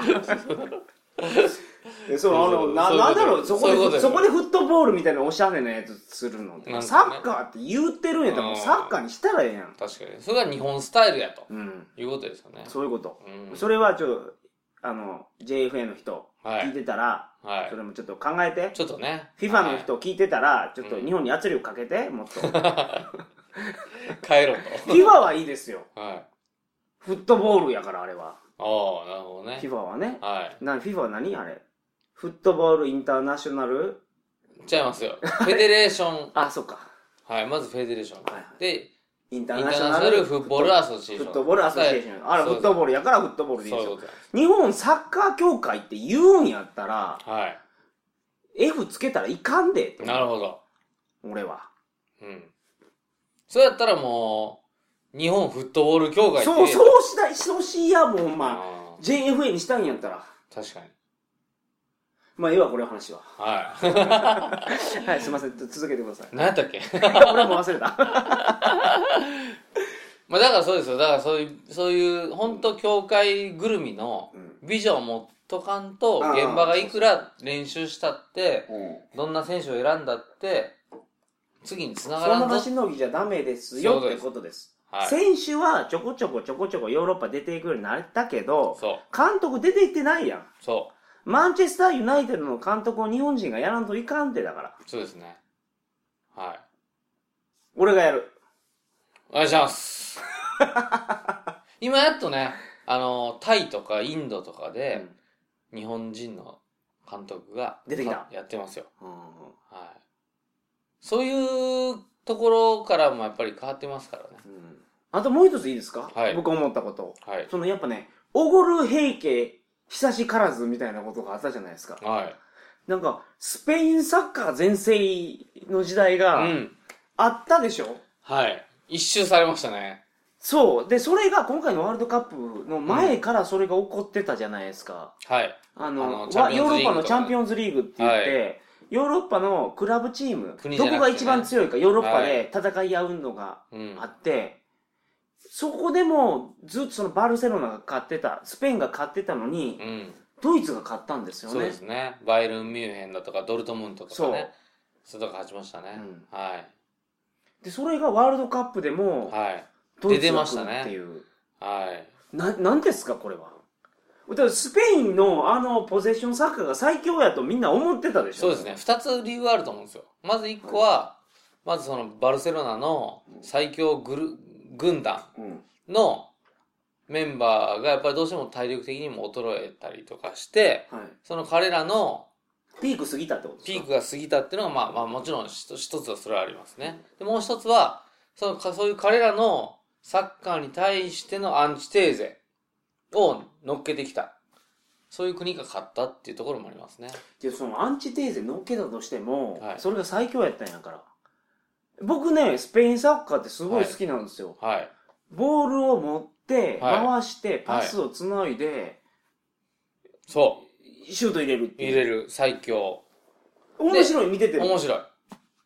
S1: そう、あの、な、
S2: そういうこと
S1: なんだろう、そこ
S2: そういうこと
S1: で、
S2: よ
S1: そこでフットボールみたいなおしゃれなやつするのって。
S2: なんかね
S1: サッカーって言ってるんやったら、もう
S2: うん
S1: サッカーにしたらええやん。
S2: 確かに。それが日本スタイルやと。
S1: うん、
S2: いうことですよね。
S1: そういうこと。
S2: うん。
S1: それはちょっと、あの、JFA の人、
S2: は
S1: 聞い
S2: い。
S1: てたら、
S2: は
S1: それもちょっと考えて
S2: い。、ちょっとね。
S1: FIFA の人聞いてたら、ちょっと日本に圧力かけて、もっと。FIFA
S2: はい。 帰ろう
S1: はいいですよ。
S2: と。はい。
S1: フットボールやから、あれは。
S2: ああ、なるほどね。
S1: FIFA はね。
S2: はい。
S1: な、FIFA は何あれフットボールインターナショナル
S2: ちゃいますよ。フェデレーション。
S1: あ、そうか。
S2: はい。まずフェデレーション
S1: はいは。い
S2: で、
S1: インタ
S2: イン
S1: ー
S2: タ
S1: ナショ
S2: ーナ
S1: ナ
S2: ショナル
S1: ル
S2: フットボールアソシエーシ
S1: フ
S2: ョン。
S1: ットボールアソシエーション。あら、フットボールやからフットボールでいい
S2: そ
S1: で
S2: うい
S1: す
S2: う
S1: よ
S2: こ。と
S1: 日本サッカー協会って言うんやったら、
S2: だ。は
S1: F つけたらいかんでって
S2: い。なるほど。
S1: 俺は
S2: うん。そうやったらもう、日本フットボール協会って
S1: そうそうしたいしてほしいやもうほんま
S2: あ
S1: JFA にしたんやったら
S2: ー確かに。
S1: まあええわこれ話は
S2: は
S1: はいすいません続けてく ださい
S2: い。何やったっけ
S1: 俺も忘れた
S2: まあだからそうですよ。だからそういう、そういう、本当協会ぐるみの
S1: うん
S2: ビジョンを持っとかんと、
S1: あー
S2: 現場がいくら練習したって、
S1: うん
S2: どんな選手を選んだって、次に繋が
S1: そ
S2: ら
S1: の
S2: んぞ
S1: 場。しのぎじゃダメですよってことです。
S2: はい。
S1: 選手はちょこちょこちょこちょこヨーロッパ出ていくようになったけど、
S2: そう。
S1: 監督出て行ってないやん。
S2: そ
S1: マンチェスターユナイテッドの監督を日本人がやらんといかんってだから。
S2: う。そうですね。はい。
S1: 俺がやる。
S2: お願いします。今やっとね、あの、タイとかインドとかで、日本人の監督が、
S1: 出てきた
S2: やってますよ。
S1: うん
S2: はい。そういうところからもやっぱり変わってますからね。
S1: うんあともう一ついいですか、
S2: はい
S1: 僕思ったこと。
S2: はい。
S1: そのやっぱね、おごる平家久しからずみたいなことがあったじゃないですか。
S2: はい。
S1: なんか、スペインサッカー全盛の時代
S2: う
S1: が
S2: ん。
S1: あったでしょ、
S2: はい。一周されましたね。
S1: そう。で、それが今回のワールドカップの前からそれが起こってたじゃないですか。
S2: はい。
S1: あの
S2: あの
S1: わ
S2: チャンピオ
S1: ヨー
S2: ン
S1: ロ
S2: ズリ
S1: ッ
S2: ーグとか
S1: パのチャンピオンズリーグって言って、
S2: は
S1: ヨーロッパのクラブチーム、
S2: 国じ
S1: ど
S2: ゃなくてね
S1: こが一番強いか、ヨーロッパで戦い合うのが
S2: うん
S1: あ。って、そこでもずっとそのバルセロナが勝ってた、スペインが勝ってたのに
S2: う、ん。
S1: ドイツが勝ったんですよ
S2: そう
S1: ね
S2: で。すね。バイエルン・ミュンヘンだとか、ドルトムントとかね。そういうとこ勝ちましたね。
S1: うん
S2: はい。
S1: で、それがワールドカップでも、
S2: はい。
S1: ドイ
S2: 出
S1: ツ
S2: て
S1: が
S2: ま
S1: 来
S2: し
S1: る
S2: たね
S1: っていう。
S2: はい。
S1: な、なんですか、これは。だからスペインのあのポゼッションサッカーが最強やとみんな思ってたでしょ
S2: そうですね。二つ理由があると思うんですよ。まず一個は、まずそのバルセロナの最強グル軍団
S1: うん。
S2: のメンバーがやっぱりどうしても体力的にも衰えたりとかして、
S1: はい。
S2: その彼らの
S1: ピーク過ぎたってことです
S2: ピ
S1: か
S2: ークが過ぎたっていうのは、まあまあもちろん一一つはそれはありますね。で、もう一つは、そのかそういう彼らのサッカーに対してのアンチテーゼを乗っけてきた。そういう国が勝ったっていうところもありますね。
S1: でそのアンチテーゼ乗っけたとしても、
S2: はい
S1: それが最強やったんやから僕ねスペインサッカーってすごい好きなんですよ、
S2: はい。
S1: ボールを持って
S2: はい
S1: 回してパスをつないで、
S2: そう。
S1: シュート入れるってい
S2: 入
S1: う
S2: れる最強
S1: 面白い見てて
S2: 面白い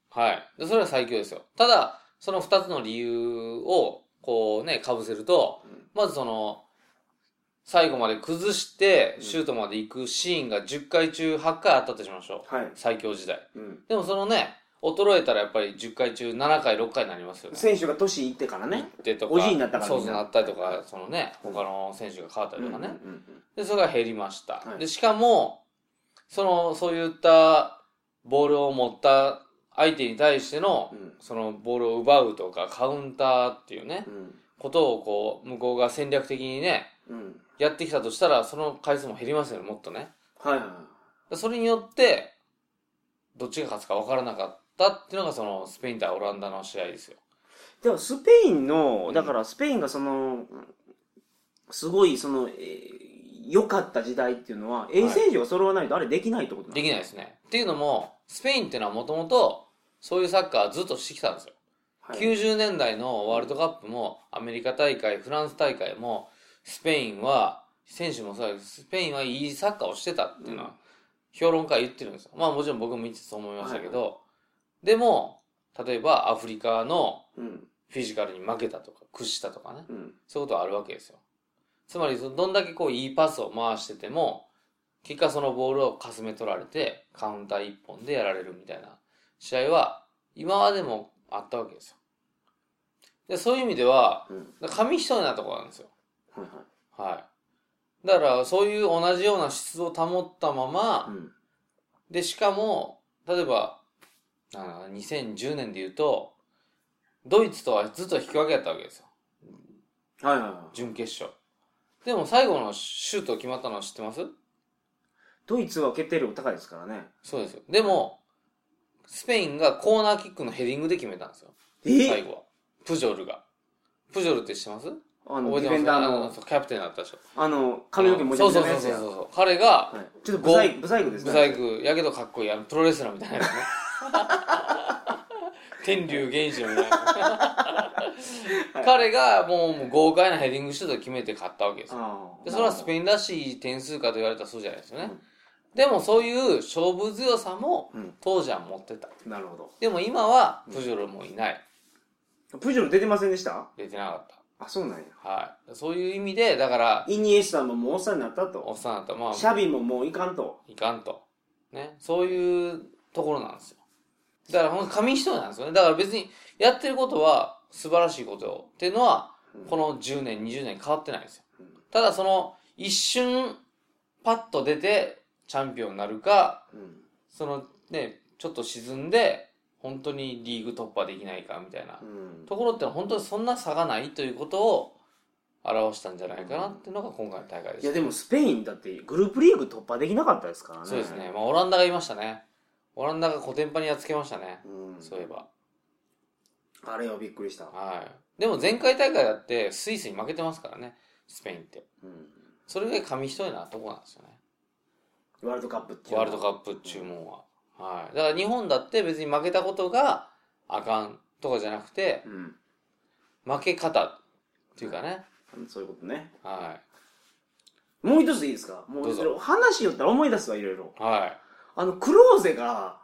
S2: はいでそれは最強ですよただその2つの理由をこうねかぶせるとまずその最後まで崩してシュートまで行くシーンが10回中8回あったとしましょう
S1: はい、
S2: 最強時代
S1: うん、
S2: でもそのね衰えたらやっぱり10回中7回6回になりますよね
S1: 選手が年いってからね
S2: でとか
S1: おじいになったから
S2: そう
S1: みんな
S2: そうなったりとかそのね他の選手が変わったりとかね、
S1: うんうん
S2: で、それが減りました。
S1: はい
S2: で、しかも、その、そういったボールを持った相手に対しての、
S1: うん
S2: そのボールを奪うとか、カウンターっていうね、
S1: うん
S2: ことをこう、向こうが戦略的にね、
S1: うんうん
S2: やってきたとしたら、その回数も減りますよね、もっとね。
S1: はいはいは
S2: でそれによって、どっちが勝つか分からなかったっていうのが、その、スペイン対オランダの試合ですよ。
S1: いでもスペインのだからスペインがそのすごいそのえー良、かった時代っていうのは、ええ選手が揃わないとあれできないってことなの
S2: できないですね。っていうのも、スペインっていうのはもともと、そういうサッカーずっとしてきたんですよ。
S1: はい
S2: 90年代のワールドカップもアメリカ大会フランス大会もスペインは選手もそうだけどスペインはいいサッカーをしてたっていうのは評論家は言ってるんですよまあもちろん僕も見てそう思いましたけど、でも例えばアフリカの
S1: うん
S2: フィジカルに負けたとか屈したとかね
S1: うん
S2: そういうことはあるわけですよつまりそのどんだけこういいパスを回してても結果そのボールをかすめ取られてカウンター1本でやられるみたいな試合は今までもあったわけですよでそういう意味では
S1: うん
S2: 紙一重なところなんですよ
S1: はいはい
S2: はいだからそういう同じような質を保ったまま、
S1: うん
S2: で、しかも、例えば、なんだろうな2010年で言うと、ドイツとはずっと引き分けだったわけですよ。
S1: はいはいはい。
S2: 準決勝。でも最後のシュート決まったの知ってます
S1: ドイツは決定力高いですからね。
S2: そうですよ。でも、スペインがコーナーキックのヘディングで決めたんですよ。最
S1: え
S2: 後は。プジョルが。プジョルって知ってます
S1: あの、
S2: 覚
S1: デ
S2: え
S1: ィ
S2: て
S1: フェ
S2: ます
S1: ンダー
S2: あ
S1: の
S2: そ、うキャプテンだったでしょ。
S1: あの、髪の毛もじゃもじゃのやつ
S2: そう
S1: や。
S2: そうそう
S1: は
S2: そうそう。彼が、
S1: いちょっとブサイ
S2: ゴ
S1: ブサイクです
S2: ブサ
S1: ね。
S2: イクやけどかっこいいあのプロレスラーみたいなやつね天竜源氏のみたいな彼がもうもう豪快なヘディングシュートを決めて勝ったわけですよでそれはスペ
S1: イン
S2: インらしい点数かと言われたらそうじゃないですよね、
S1: うん
S2: でもそういう勝負強さも
S1: うん
S2: 当時は持ってた
S1: なるほ
S2: でも今はプジョルもいない
S1: どプジョル出てませんでした
S2: 出てなかっ
S1: あそうなんや
S2: たはいそういう意味でだから
S1: イニエスタももうおっさんになった
S2: お
S1: と
S2: っさんだったらま
S1: シ
S2: あ
S1: ャビももういかんと
S2: いかんとねそういうところなんですよだからほんと紙一重なんですよねだから別にやってることは素晴らしいことよっていうのは
S1: うん
S2: この10年20年変わってないんですよ
S1: うん
S2: ただその一瞬パッと出てチャンピオンになるか
S1: うん
S2: そのね、ちょっと沈んで、本当にリーグ突破できないかみたいな
S1: うん
S2: ところってのは本当にそんな差がないということを表したんじゃないかなっていうのが今回の大会で
S1: い
S2: す。
S1: やでもスペインだってグループリーグ突破できなかったですからね
S2: そうですね。まあオランダがいましたね。オランダがコテンパにやっつけましたね。
S1: うん
S2: そういえば。
S1: あれはびっくりした
S2: はい。でも前回大会だってスイスに負けてますからね。スペインって。
S1: うん
S2: それぐらい紙一重なとこなんですよね。
S1: ワールドカップっていう
S2: ワールドカ
S1: ッ
S2: ップ注文は。はい。だから日本だって別に負けたことがあかんとかじゃなくて、
S1: プうん
S2: 負け方っていうかね、
S1: そういうことね
S2: は
S1: もう一ついいですかもう
S2: どうぞ
S1: 話よったら思い出すわいろいろ
S2: い。はい。
S1: あのクローゼが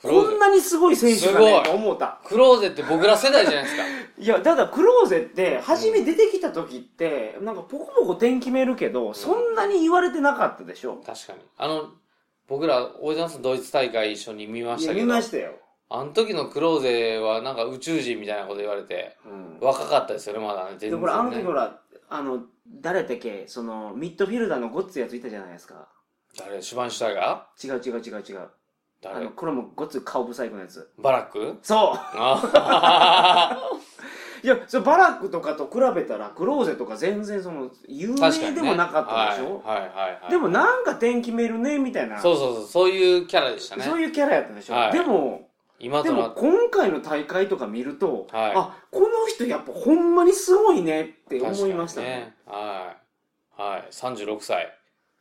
S2: クロ
S1: こ
S2: ーゼ
S1: ん。なにすごい選手だね
S2: す
S1: と
S2: ごい
S1: 思った
S2: クローゼって僕ら世代じゃないですか。
S1: いやただクローゼって初め出てきた時って、なんかポコポコ点決めるけど、そんなに言われてなかったでしょ、
S2: 確かに。あの、僕ら、おじゃんすドイツ大会一緒に見ま
S1: い
S2: し
S1: や
S2: たけ
S1: 見
S2: ど
S1: ま、したよ、
S2: あの時のクローゼはなんか宇宙人みたいなこと言われて、
S1: うん、
S2: 若かったですよね、まだね、全
S1: で
S2: 然、
S1: こ
S2: ね。
S1: れあの時ほらあの誰だっけそのミッドフィルダーのごっついやついたじゃないですか
S2: 誰シュバンシュタイガ
S1: 違う違う違う違う
S2: ー
S1: あ
S2: 誰
S1: のこれもごっつい顔ブサイクのやつ
S2: バラッ ク
S1: そ
S2: あ
S1: ういやそれバラックとかと比べたらクローゼとか全然その有
S2: 確か
S1: 名
S2: に、ね。
S1: でもなかったでしょ、
S2: はいはいはい、はい。
S1: でもなんか点決めるねみたいな
S2: そうそうそう、そういうキャラでしたね。
S1: そういうキャラやったでしょ、
S2: はい
S1: でも
S2: 今
S1: で
S2: とな
S1: も
S2: って
S1: 今回の大会とか見ると、
S2: はい
S1: あこの人やっぱほんまにすごいねって思いましたね
S2: 確かにねはい。はい。36歳。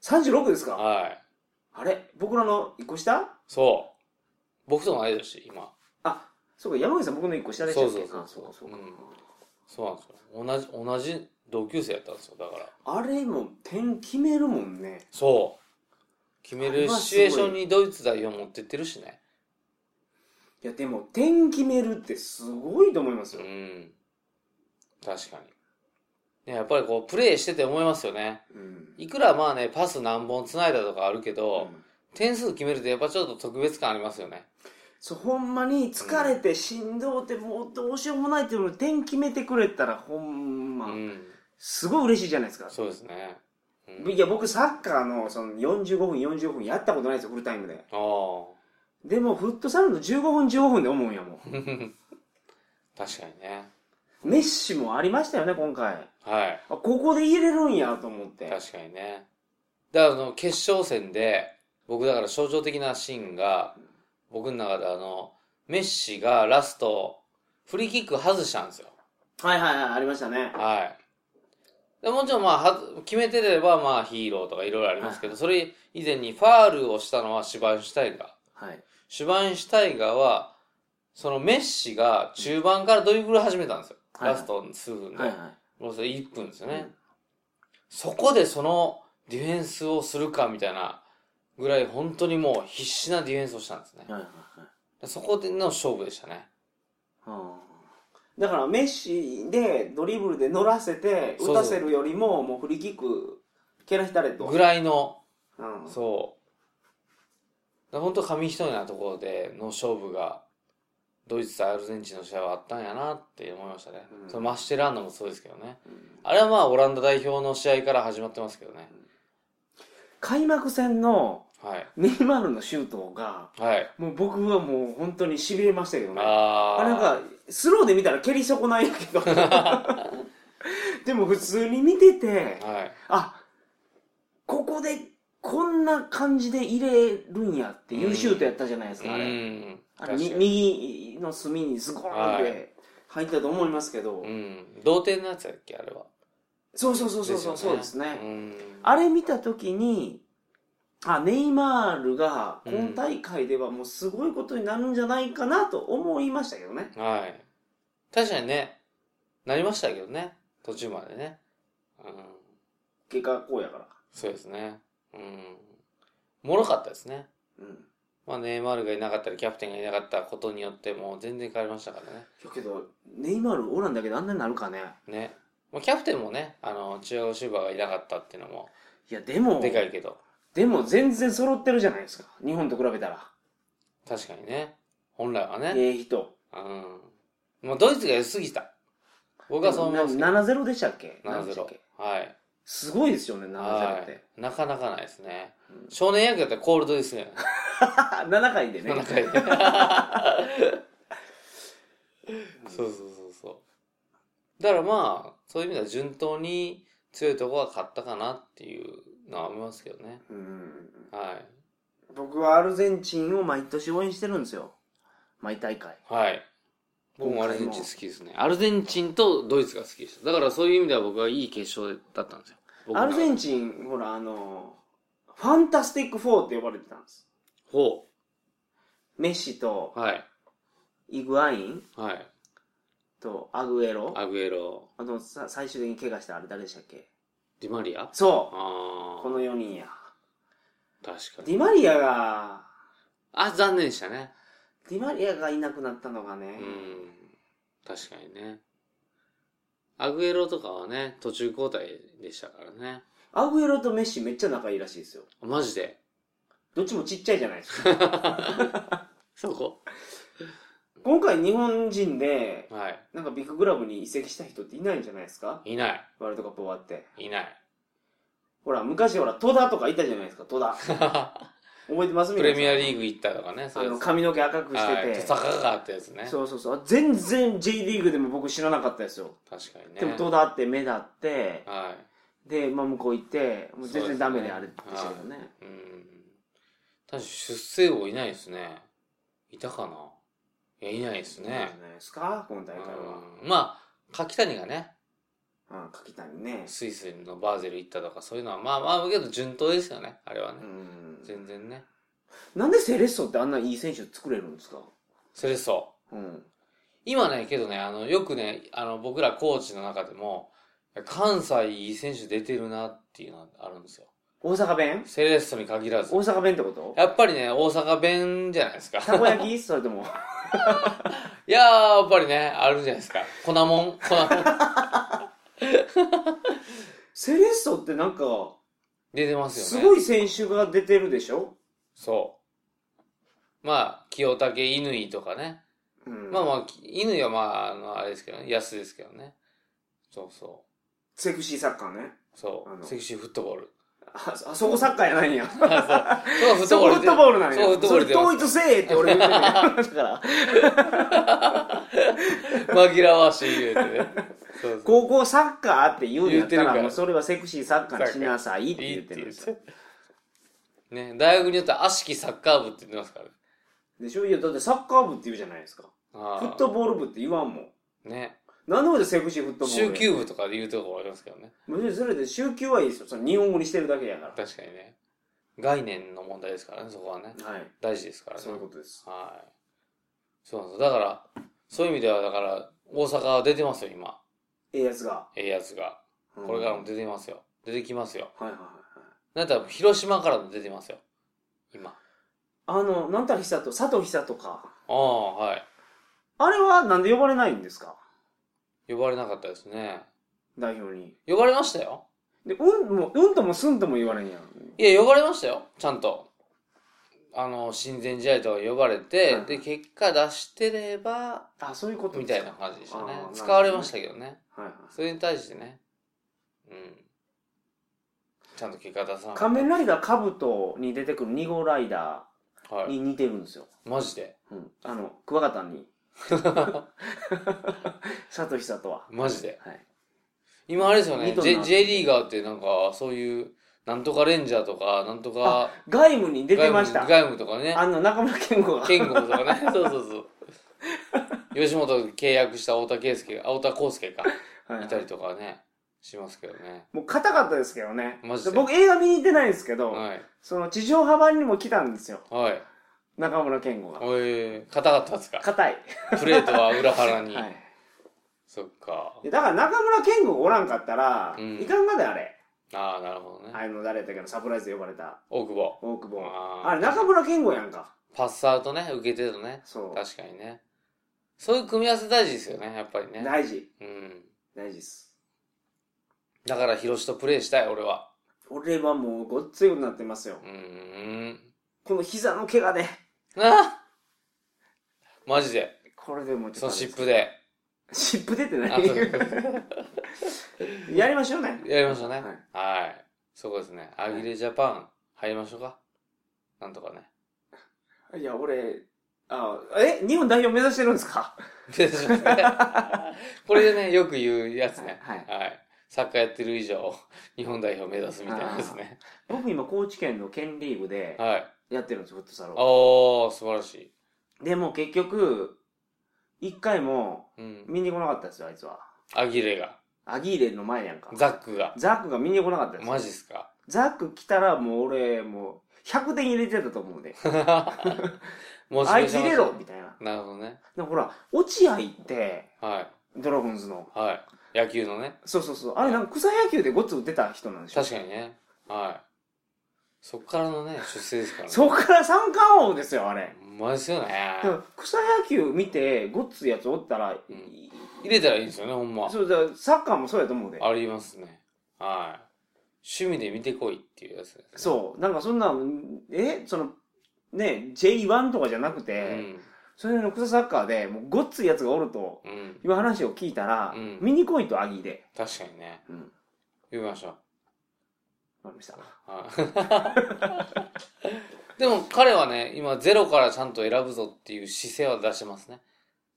S1: 36ですか
S2: はい。
S1: あれ僕らの1個下
S2: そう。僕と同い年、今。
S1: あそうか山口さん僕の1個下でしたっけ
S2: そうそう
S1: あそうかそうか、
S2: そうなんですよ。同じ、同じ同級生やったんですよ。だから。
S1: あれも点決めるもんね
S2: そう。決めるシチュエーションにドイツ代表持ってってるしね。
S1: いやでも点決めるってすごいと思います
S2: う
S1: よ、
S2: ん。確かに。ね、やっぱりこう、プレイしてて思いますよね。
S1: うん
S2: いくらまあね、パス何本繋いだとかあるけど、点数決めるとやっぱちょっと特別感ありますよね。
S1: そうほんまに疲れてしんどうてもうどうしようもないっていうのに点決めてくれたらほん
S2: う
S1: ま
S2: ん。
S1: すごい嬉しいじゃないですか、
S2: そうですね。うん
S1: いや僕サッカーのその45分45分やったことないですよフルタイムで
S2: ああ。
S1: でもフットサルの15分15分で思うんやもん
S2: 確かにね。
S1: メッシもありましたよね今回
S2: はい。
S1: あここで入れるんやと思って
S2: 確かにね。だからあの、決勝戦で、僕だから象徴的なシーンが、僕の中であの、メッシがラスト、フリーキック外したんですよ。
S1: はいはいはいありましたね
S2: はい。でもちろんまあ、はず決めてればまあヒーローとかいろいろありますけど、それ以前にファールをしたのはシュバインシュタイガー。
S1: はい
S2: シュバインシュタイガーは、そのメッシが中盤からドリブル始めたんですよ。
S1: はい
S2: ラスト数分で。
S1: はいはい
S2: もうそれ1分ですよね、
S1: うん
S2: そこでそのディフェンスをするかみたいなぐらい本当にもう必死なディフェンスをしたんですね
S1: はいはいはい
S2: そこでの勝負でしたね
S1: うんだからメッシでドリブルで乗らせて
S2: そうそう
S1: 打たせるよりももうフリーキック蹴らしたれと
S2: ぐらいの
S1: うん
S2: そうだから本当紙一重なところでの勝負がドイツとアルゼンチンの試合はあったんやなって思いましたね、
S1: うん
S2: そのマッシュランドもそうですけどね
S1: うん
S2: あれはまあオランダ代表の試合から始まってますけどね
S1: 開幕戦の
S2: はい
S1: ネイマールのシュートが
S2: はい
S1: もう僕はもう本当にしびれましたけどね
S2: あー
S1: あなんかスローで見たら蹴り損ないやけど でも普通に見てて
S2: はい
S1: あここでこんな感じで入れるんやっていうシュートやったじゃないですか、あ
S2: う
S1: れ
S2: ん
S1: あれ
S2: 確
S1: み
S2: かに
S1: 右の隅にズコーンっ
S2: は
S1: て入ったと思いますけど、
S2: うん、同点のやつだっけあれは
S1: そうそうそうそうそう
S2: よ
S1: そうですね、
S2: うん
S1: あれ見た時にあネイマールが今大会ではもうすごいことになるんじゃないかなと思いましたけどね、
S2: はい。確かにね、なりましたけどね。途中までね。うん。
S1: 結果こうやから、
S2: そうですね。うん。もろかったですね。
S1: うん、
S2: まあ、ネイマールがいなかったり、キャプテンがいなかったことによって、もう全然変わりましたからね。
S1: いやけどネイマールおらんだけどあんなになるかね
S2: ね。まあ、キャプテンもね、あの、チアゴシューバーがいなかったっていうのも、
S1: いやでも
S2: でかいけど、
S1: でも全然揃ってるじゃないですか日本と比べたら
S2: 確かにね。本来はね。
S1: ええ人
S2: うん。まあ、ドイツが良すぎた。僕はそう思いますけど。
S1: な7-0でしたっけ何でした
S2: 7-0
S1: っけ。
S2: はい。
S1: すごいですよね7-0って、
S2: はい。なかなかないですね。
S1: うん
S2: 少年野球だったらコールドですね。
S1: 7回 でね
S2: 7回で。そうそうそうそう。だからまあ、そういう意味では順当に強いとこが勝ったかなっていうのは思いますけどね。
S1: うん
S2: はい。
S1: 僕はアルゼンチンを毎年応援してるんですよ毎大会
S2: はい。僕もアルゼンチン好きですね。アルゼンチンとドイツが好きでした。だからそういう意味では僕はいい決勝だったんですよ。僕の
S1: アル
S2: 中で
S1: ゼンチンほらあのファンタスティック4って呼ばれてたんです
S2: ほ
S1: メッシと
S2: う。はい。
S1: イグアイン
S2: はい。
S1: とアグエロ
S2: アグエロ、
S1: あのさ最終的に怪我したあれ誰でしたっけ
S2: ディマリアあ
S1: そう
S2: あ
S1: この4人や
S2: 確か
S1: デ
S2: に。
S1: ィマリアが
S2: あ、残念でしたね。
S1: ディマリアがいなくなったのがね、
S2: うん。確かにね。アグエロとかはね、途中交代でしたからね。
S1: アグエロとメッシめっちゃ仲いいらしいですよ
S2: マジで。
S1: どっちもちっちゃいじゃないです か
S2: そこ
S1: 今回日本人で
S2: は
S1: なんかビッググラブに移籍した人っていないんじゃないですか
S2: い。いない。
S1: ワールドカップ終わって
S2: い ない。
S1: ほら昔ほら戸田とかいたじゃないですか戸田覚えてます
S2: プレミア
S1: リ
S2: リーグ行ったとかね、
S1: あ
S2: そういう
S1: の
S2: やつ。
S1: 髪の毛赤くしてて、
S2: はい、坂があったやつね。
S1: そうそうそう全然 J リーグでも僕知らなかったですよ、
S2: 確かにね。
S1: でも戸田って目立って
S2: は
S1: で、まあ、向こう行ってもう全然ダメであれでしたけどね
S2: い。うん。確かに出世王いないですね。いたかないや、いないです
S1: いいん
S2: ね
S1: じ。ゃないですか今大会は
S2: うんまあ、柿谷がね、
S1: うん柿谷ね
S2: スイスのバーゼル行ったとか、そういうのは、まあまあ、けど順当ですよね、あれはね
S1: う。ん
S2: 全然ね。
S1: なんでセレッソってあんないい選手作れるんですか
S2: それそう。
S1: うん
S2: 今ね、けどね、あの、よくね、あの、僕らコーチの中でも、関西いい選手出てるなっていうのはあるんですよ。
S1: 大阪弁
S2: セレッソに限らず
S1: 大。阪弁ってこと
S2: やっぱりね、大阪弁じゃない ですか。
S1: たこ焼きそれとも
S2: いやー、やっぱりね、あるじゃないですか。粉もん。粉もん。
S1: セレッソってなんか
S2: 出てますよ
S1: す
S2: ね。
S1: ごい選手が出てるでしょ、
S2: そう。まあ、清武乾とかね。
S1: うん、
S2: まあまあ、乾はまあ、あの、あれですけどね、安ですけどね。そうそ
S1: セクシーサッカーね
S2: う。そ
S1: あの
S2: う。セクシーフットボール。
S1: あそあそこサッカーやないんや
S2: そう。そう、フッ
S1: そこ
S2: トボー
S1: フ
S2: ル
S1: ットボールなんや
S2: そう、フットボール
S1: それ
S2: 出ます
S1: 統一せえって俺言うてるやんだから
S2: 紛らわしい言うてね。そうそう。
S1: 高校サッカーって言うんやった
S2: 言ってるからら
S1: もうそれはセクシーサッカーにしなさいって
S2: いい
S1: 言
S2: っ
S1: って
S2: て
S1: るん
S2: 言っ
S1: ですよ
S2: て。ね、大学によっては悪しきサッカー部って言ってますからね。
S1: でしょいやだってサッカー部って言うじゃないですか
S2: あ
S1: フ
S2: ー
S1: ットボール部って言わんもん
S2: ね。
S1: なんで俺セクシーフットボール
S2: 週休部とかで言うとこありますけどね。
S1: 別にそれで週休はいいですよその日本語にしてるだけやか
S2: 確かにね。概念の問題ですからね、そこはね。
S1: らはい
S2: 大事ですからね。
S1: そういうことです
S2: はい。そうなんです。だから、そういう意味では、だから、大阪は出てますよ、今。
S1: ええやつが
S2: ええやつが。
S1: うん
S2: これからも
S1: はい
S2: 出てますよ。出てきますよ。
S1: はいはいはい
S2: なんだったら、広島からも出てますよ。今。
S1: あのなんたら久と佐藤久とか
S2: ああ、はい。
S1: あれはなんで呼ばれないんですか
S2: 呼ばれなかったですね。
S1: 代表に
S2: 呼ばれましたよ。
S1: でうんもうんともすんとも言われんやん
S2: いや、呼ばれましたよ。ちゃんと。あの、親善試合とか呼ばれて、
S1: うん
S2: で、結果出してれば、
S1: あそういうこと
S2: み
S1: です
S2: た
S1: か
S2: いな感じでしたね
S1: あーなるほ。ど
S2: 使われましたけどね。
S1: はいはい
S2: それに対してね。うん。ちゃんと結果出さなか
S1: 仮
S2: っ
S1: 面ライダーカブトに出てくる2号ライダ
S2: た。
S1: ー
S2: はい。
S1: に似てるんですよ、
S2: マジで。
S1: うん、あのクワガタン に佐藤久とは
S2: マジで。
S1: はい
S2: 今あれですよね
S1: ニ。トリ
S2: J,
S1: の
S2: J リーガーってなんか、そういう、なんとかレンジャーとか、なんとか、
S1: 外務に出てました
S2: ガイムとかね。
S1: あの中村健 吾が
S2: ケンゴと かね。そうそうそう。吉本と契約した太田圭介、太田康介か。
S1: はい
S2: いたりとかね。しますけどね。
S1: もう硬かったですけどね。
S2: マジで
S1: 僕映画見に行ってないんですけど、
S2: はい。
S1: その地上波版にも来たんですよ。
S2: はい。
S1: 中村健吾が。
S2: おえー、硬かったんですか
S1: 硬い。
S2: プレートは裏腹に。
S1: はい。
S2: そっか。
S1: でだから中村健吾がおらんかったら、
S2: うん
S1: いかんがであれ。
S2: ああ、なるほどね。
S1: あの、誰だっけど、サプライズで呼ばれた
S2: 大久保。
S1: 大久保。
S2: あー
S1: あれ、中村健吾やんか。
S2: パスアウトね、受けてるね。
S1: そう。
S2: 確かにね。そういう組み合わせ大事ですよね、やっぱりね。
S1: 大事。
S2: うん。
S1: 大事です。
S2: だから、ヒロシとプレイしたい、俺は。
S1: 俺はもうごっついことになってますよ
S2: う。ーん。
S1: この膝の怪我で。
S2: あー マジで。
S1: これでもう
S2: その湿
S1: で。
S2: 布 で。
S1: 湿布出てな
S2: あ
S1: い やりましょうね。
S2: やりましたね。
S1: はい
S2: はい。そうですね。アギレジャパン、入りましょうか。なんとかね。
S1: いや、俺、あ、え、日本代表目指してるんですか
S2: これでね、よく言うやつね。
S1: はい
S2: サッカーやってる以上、日本代表目指すみたいなですね。
S1: 僕今、高知県の県リーグで
S2: はい。
S1: やってるんですよ、フットサルを。
S2: おー、素晴らしい。
S1: でも結局、一回も
S2: うん。
S1: 見に来なかったですよ、あいつは。
S2: アギレが、
S1: アギーレの前やんか。
S2: ザックが。
S1: ザックが見に来なかったですよ
S2: マジっ すか。
S1: ザック来たらもう俺、もう、100点入れてたと思うんで。
S2: も
S1: あいつ入れろみたいな。
S2: なるほどね。
S1: でもほら、落合って、
S2: は
S1: ドラゴンズの。
S2: い。はい。野球のね。
S1: そうそうそう。あれなんか草野球でゴッツ打てた人なんでしょ
S2: 確かにね。はい。そっからのね、出世ですからね。
S1: そっから三冠王ですよ、あれ。
S2: ほんまですよね。
S1: だから草野球見て、ごっついやつおったら、
S2: うん
S1: い
S2: 入れたらいいんですよね、ほんま。
S1: そうだからサッカーもそうやと思うで。
S2: ありますね。はい。趣味で見てこいっていうやつです、ね。
S1: そう。なんかそんな、えその、ね、J1 とかじゃなくて、それの草サッカーで、もうごっついやつがおると、
S2: うん。うん。
S1: いう話を聞いたら、
S2: うん
S1: 見に来いとアギーで。
S2: 確かにね。
S1: うん。
S2: 言いましょ
S1: わかりました。
S2: う。はい。 でも彼はね、今ゼロからちゃんと選ぶぞっていう姿勢は出してますね。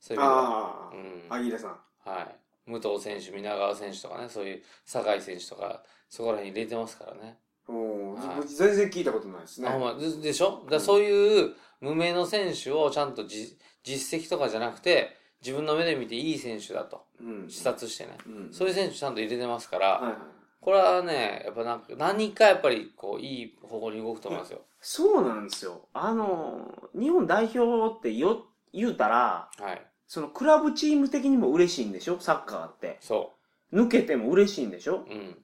S2: そういう意味では
S1: あ
S2: う
S1: あ、
S2: ん。
S1: アギーレさん。
S2: はい。武藤選手、皆川選手とかね、そういう酒井選手とか、そこら辺入れてますからね。
S1: おー
S2: はい
S1: 全然聞いたことないです
S2: あほんまででしょだからそういう無名の選手をちゃんとじ実績とかじゃなくて、自分の目で見ていい選手だと
S1: うん。
S2: 視察してね。
S1: うん。
S2: そういう選手ちゃんと入れてますから、
S1: はいはい。
S2: これはね、やっぱなんか何かやっぱりこういい方向に動くと思いますよ。
S1: そうなんですよ。あの、日本代表ってよ、言うたら、
S2: はい。
S1: そのクラブチーム的にも嬉しいんでしょサッカーって。
S2: そ
S1: 抜けても嬉しいんでしょ
S2: う。うん。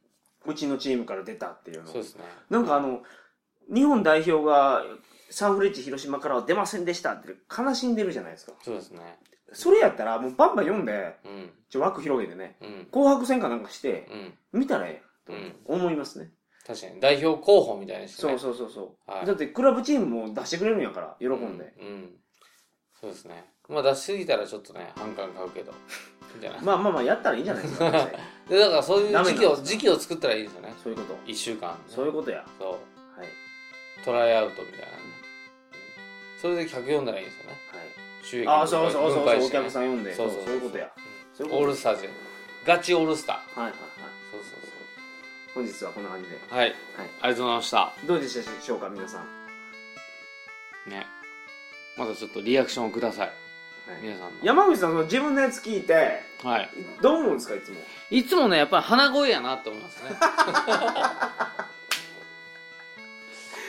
S1: うちのチームから出たっていうの。
S2: そうですね。
S1: なんかあの、日本代表がサンフレッチェ広島からは出ませんでしたって悲しんでるじゃないですか。
S2: そうですね。
S1: それやったらもうバンバン読んで、
S2: うん。
S1: ちょ枠広げてね、
S2: うん。
S1: 紅白戦かなんかして、
S2: うん。
S1: 見たらええやんと思いますね。
S2: 確かに。代表候補みたいにして
S1: そ
S2: ね。
S1: うそうそうそう、
S2: はい
S1: だってクラブチームも出してくれるんやから、喜んで。
S2: うん。うん。そうですね。まあ出しすぎたらちょっとね、反感買うけど。 みたいな。
S1: まあまあまあ、やったらいいんじゃないですか、 実際
S2: で、だからそういう
S1: ダメ
S2: 時
S1: なん
S2: 期
S1: で
S2: を、
S1: すか
S2: 時期を作ったらいいですよね。
S1: そういうこと。
S2: 一週間、
S1: そういうことや。
S2: そう。
S1: はい。
S2: トライアウトみたいなね。うんそれで客読んだらいいですよね。収益
S1: はい、ああ、そうそうそう
S2: 分
S1: そ
S2: 配
S1: う、
S2: し
S1: お
S2: てね
S1: 客さん呼んで。
S2: そ
S1: そうう
S2: そうそう
S1: そういうことや。そういう
S2: オー
S1: こ
S2: ルスターズよガチオールスター。
S1: と。はいはいはい。
S2: そうそうそう。
S1: 本日はこんな感じで。
S2: はい、ありがとうございました。
S1: どうでしたでしょうか、皆さん。
S2: ね。またちょっとリアクションをください。
S1: はい、
S2: 皆さんの。
S1: 山口さん、その自分のやつ聞いて、
S2: はい。
S1: どう思うんですか、いつも。
S2: いつもね、やっぱり鼻声やなと思い ますね。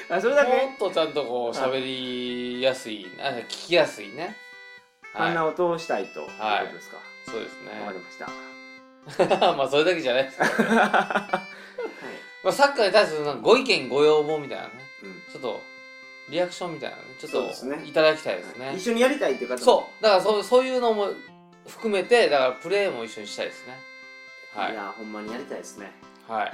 S1: あ、それだ
S2: も
S1: け
S2: っとちゃんとこう、喋りやすい、あ聞きやすいね。はい。
S1: 鼻を通したいと。
S2: は
S1: い
S2: い
S1: うことですか。
S2: そうです
S1: わ、かり
S2: ね。
S1: ました。
S2: まあ、それだけじゃないですけど、ね。
S1: はい。
S2: まあ、サッカーに対するなんかご意見、ご要望みたいなね。
S1: うん
S2: ちょっと、リアクションみたいなね。ちょっ
S1: そうです
S2: と、
S1: ね
S2: いただきたいですね。
S1: 一緒にやりたいっていう方も
S2: そう。だからそう、そういうのも含めて、だからプレーも一緒にしたいですね。はい
S1: い。やほんまにやりたいですね
S2: はい。
S1: は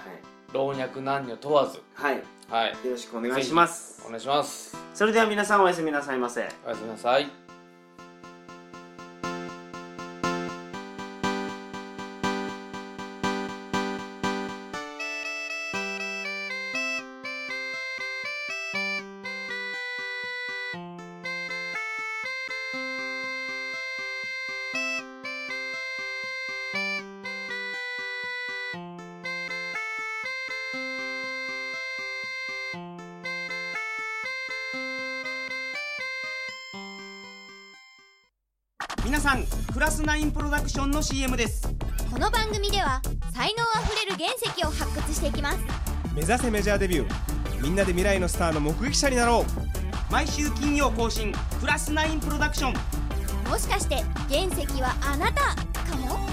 S2: 老若男女問わず。
S1: い、はい、
S2: はい。
S1: よろしくお願いします
S2: お願いします。
S1: それでは皆さんおやすみなさいませ
S2: おやすみなさい。
S1: 皆さんクラスナインプロダクションの CM です
S4: この番組では才能あふれる原石を発掘していきます
S1: 目指せメジャーデビューみんなで未来のスターの目撃者になろう
S6: 毎週金曜更新プラスナインプロダクション
S4: もしかして原石はあなたかも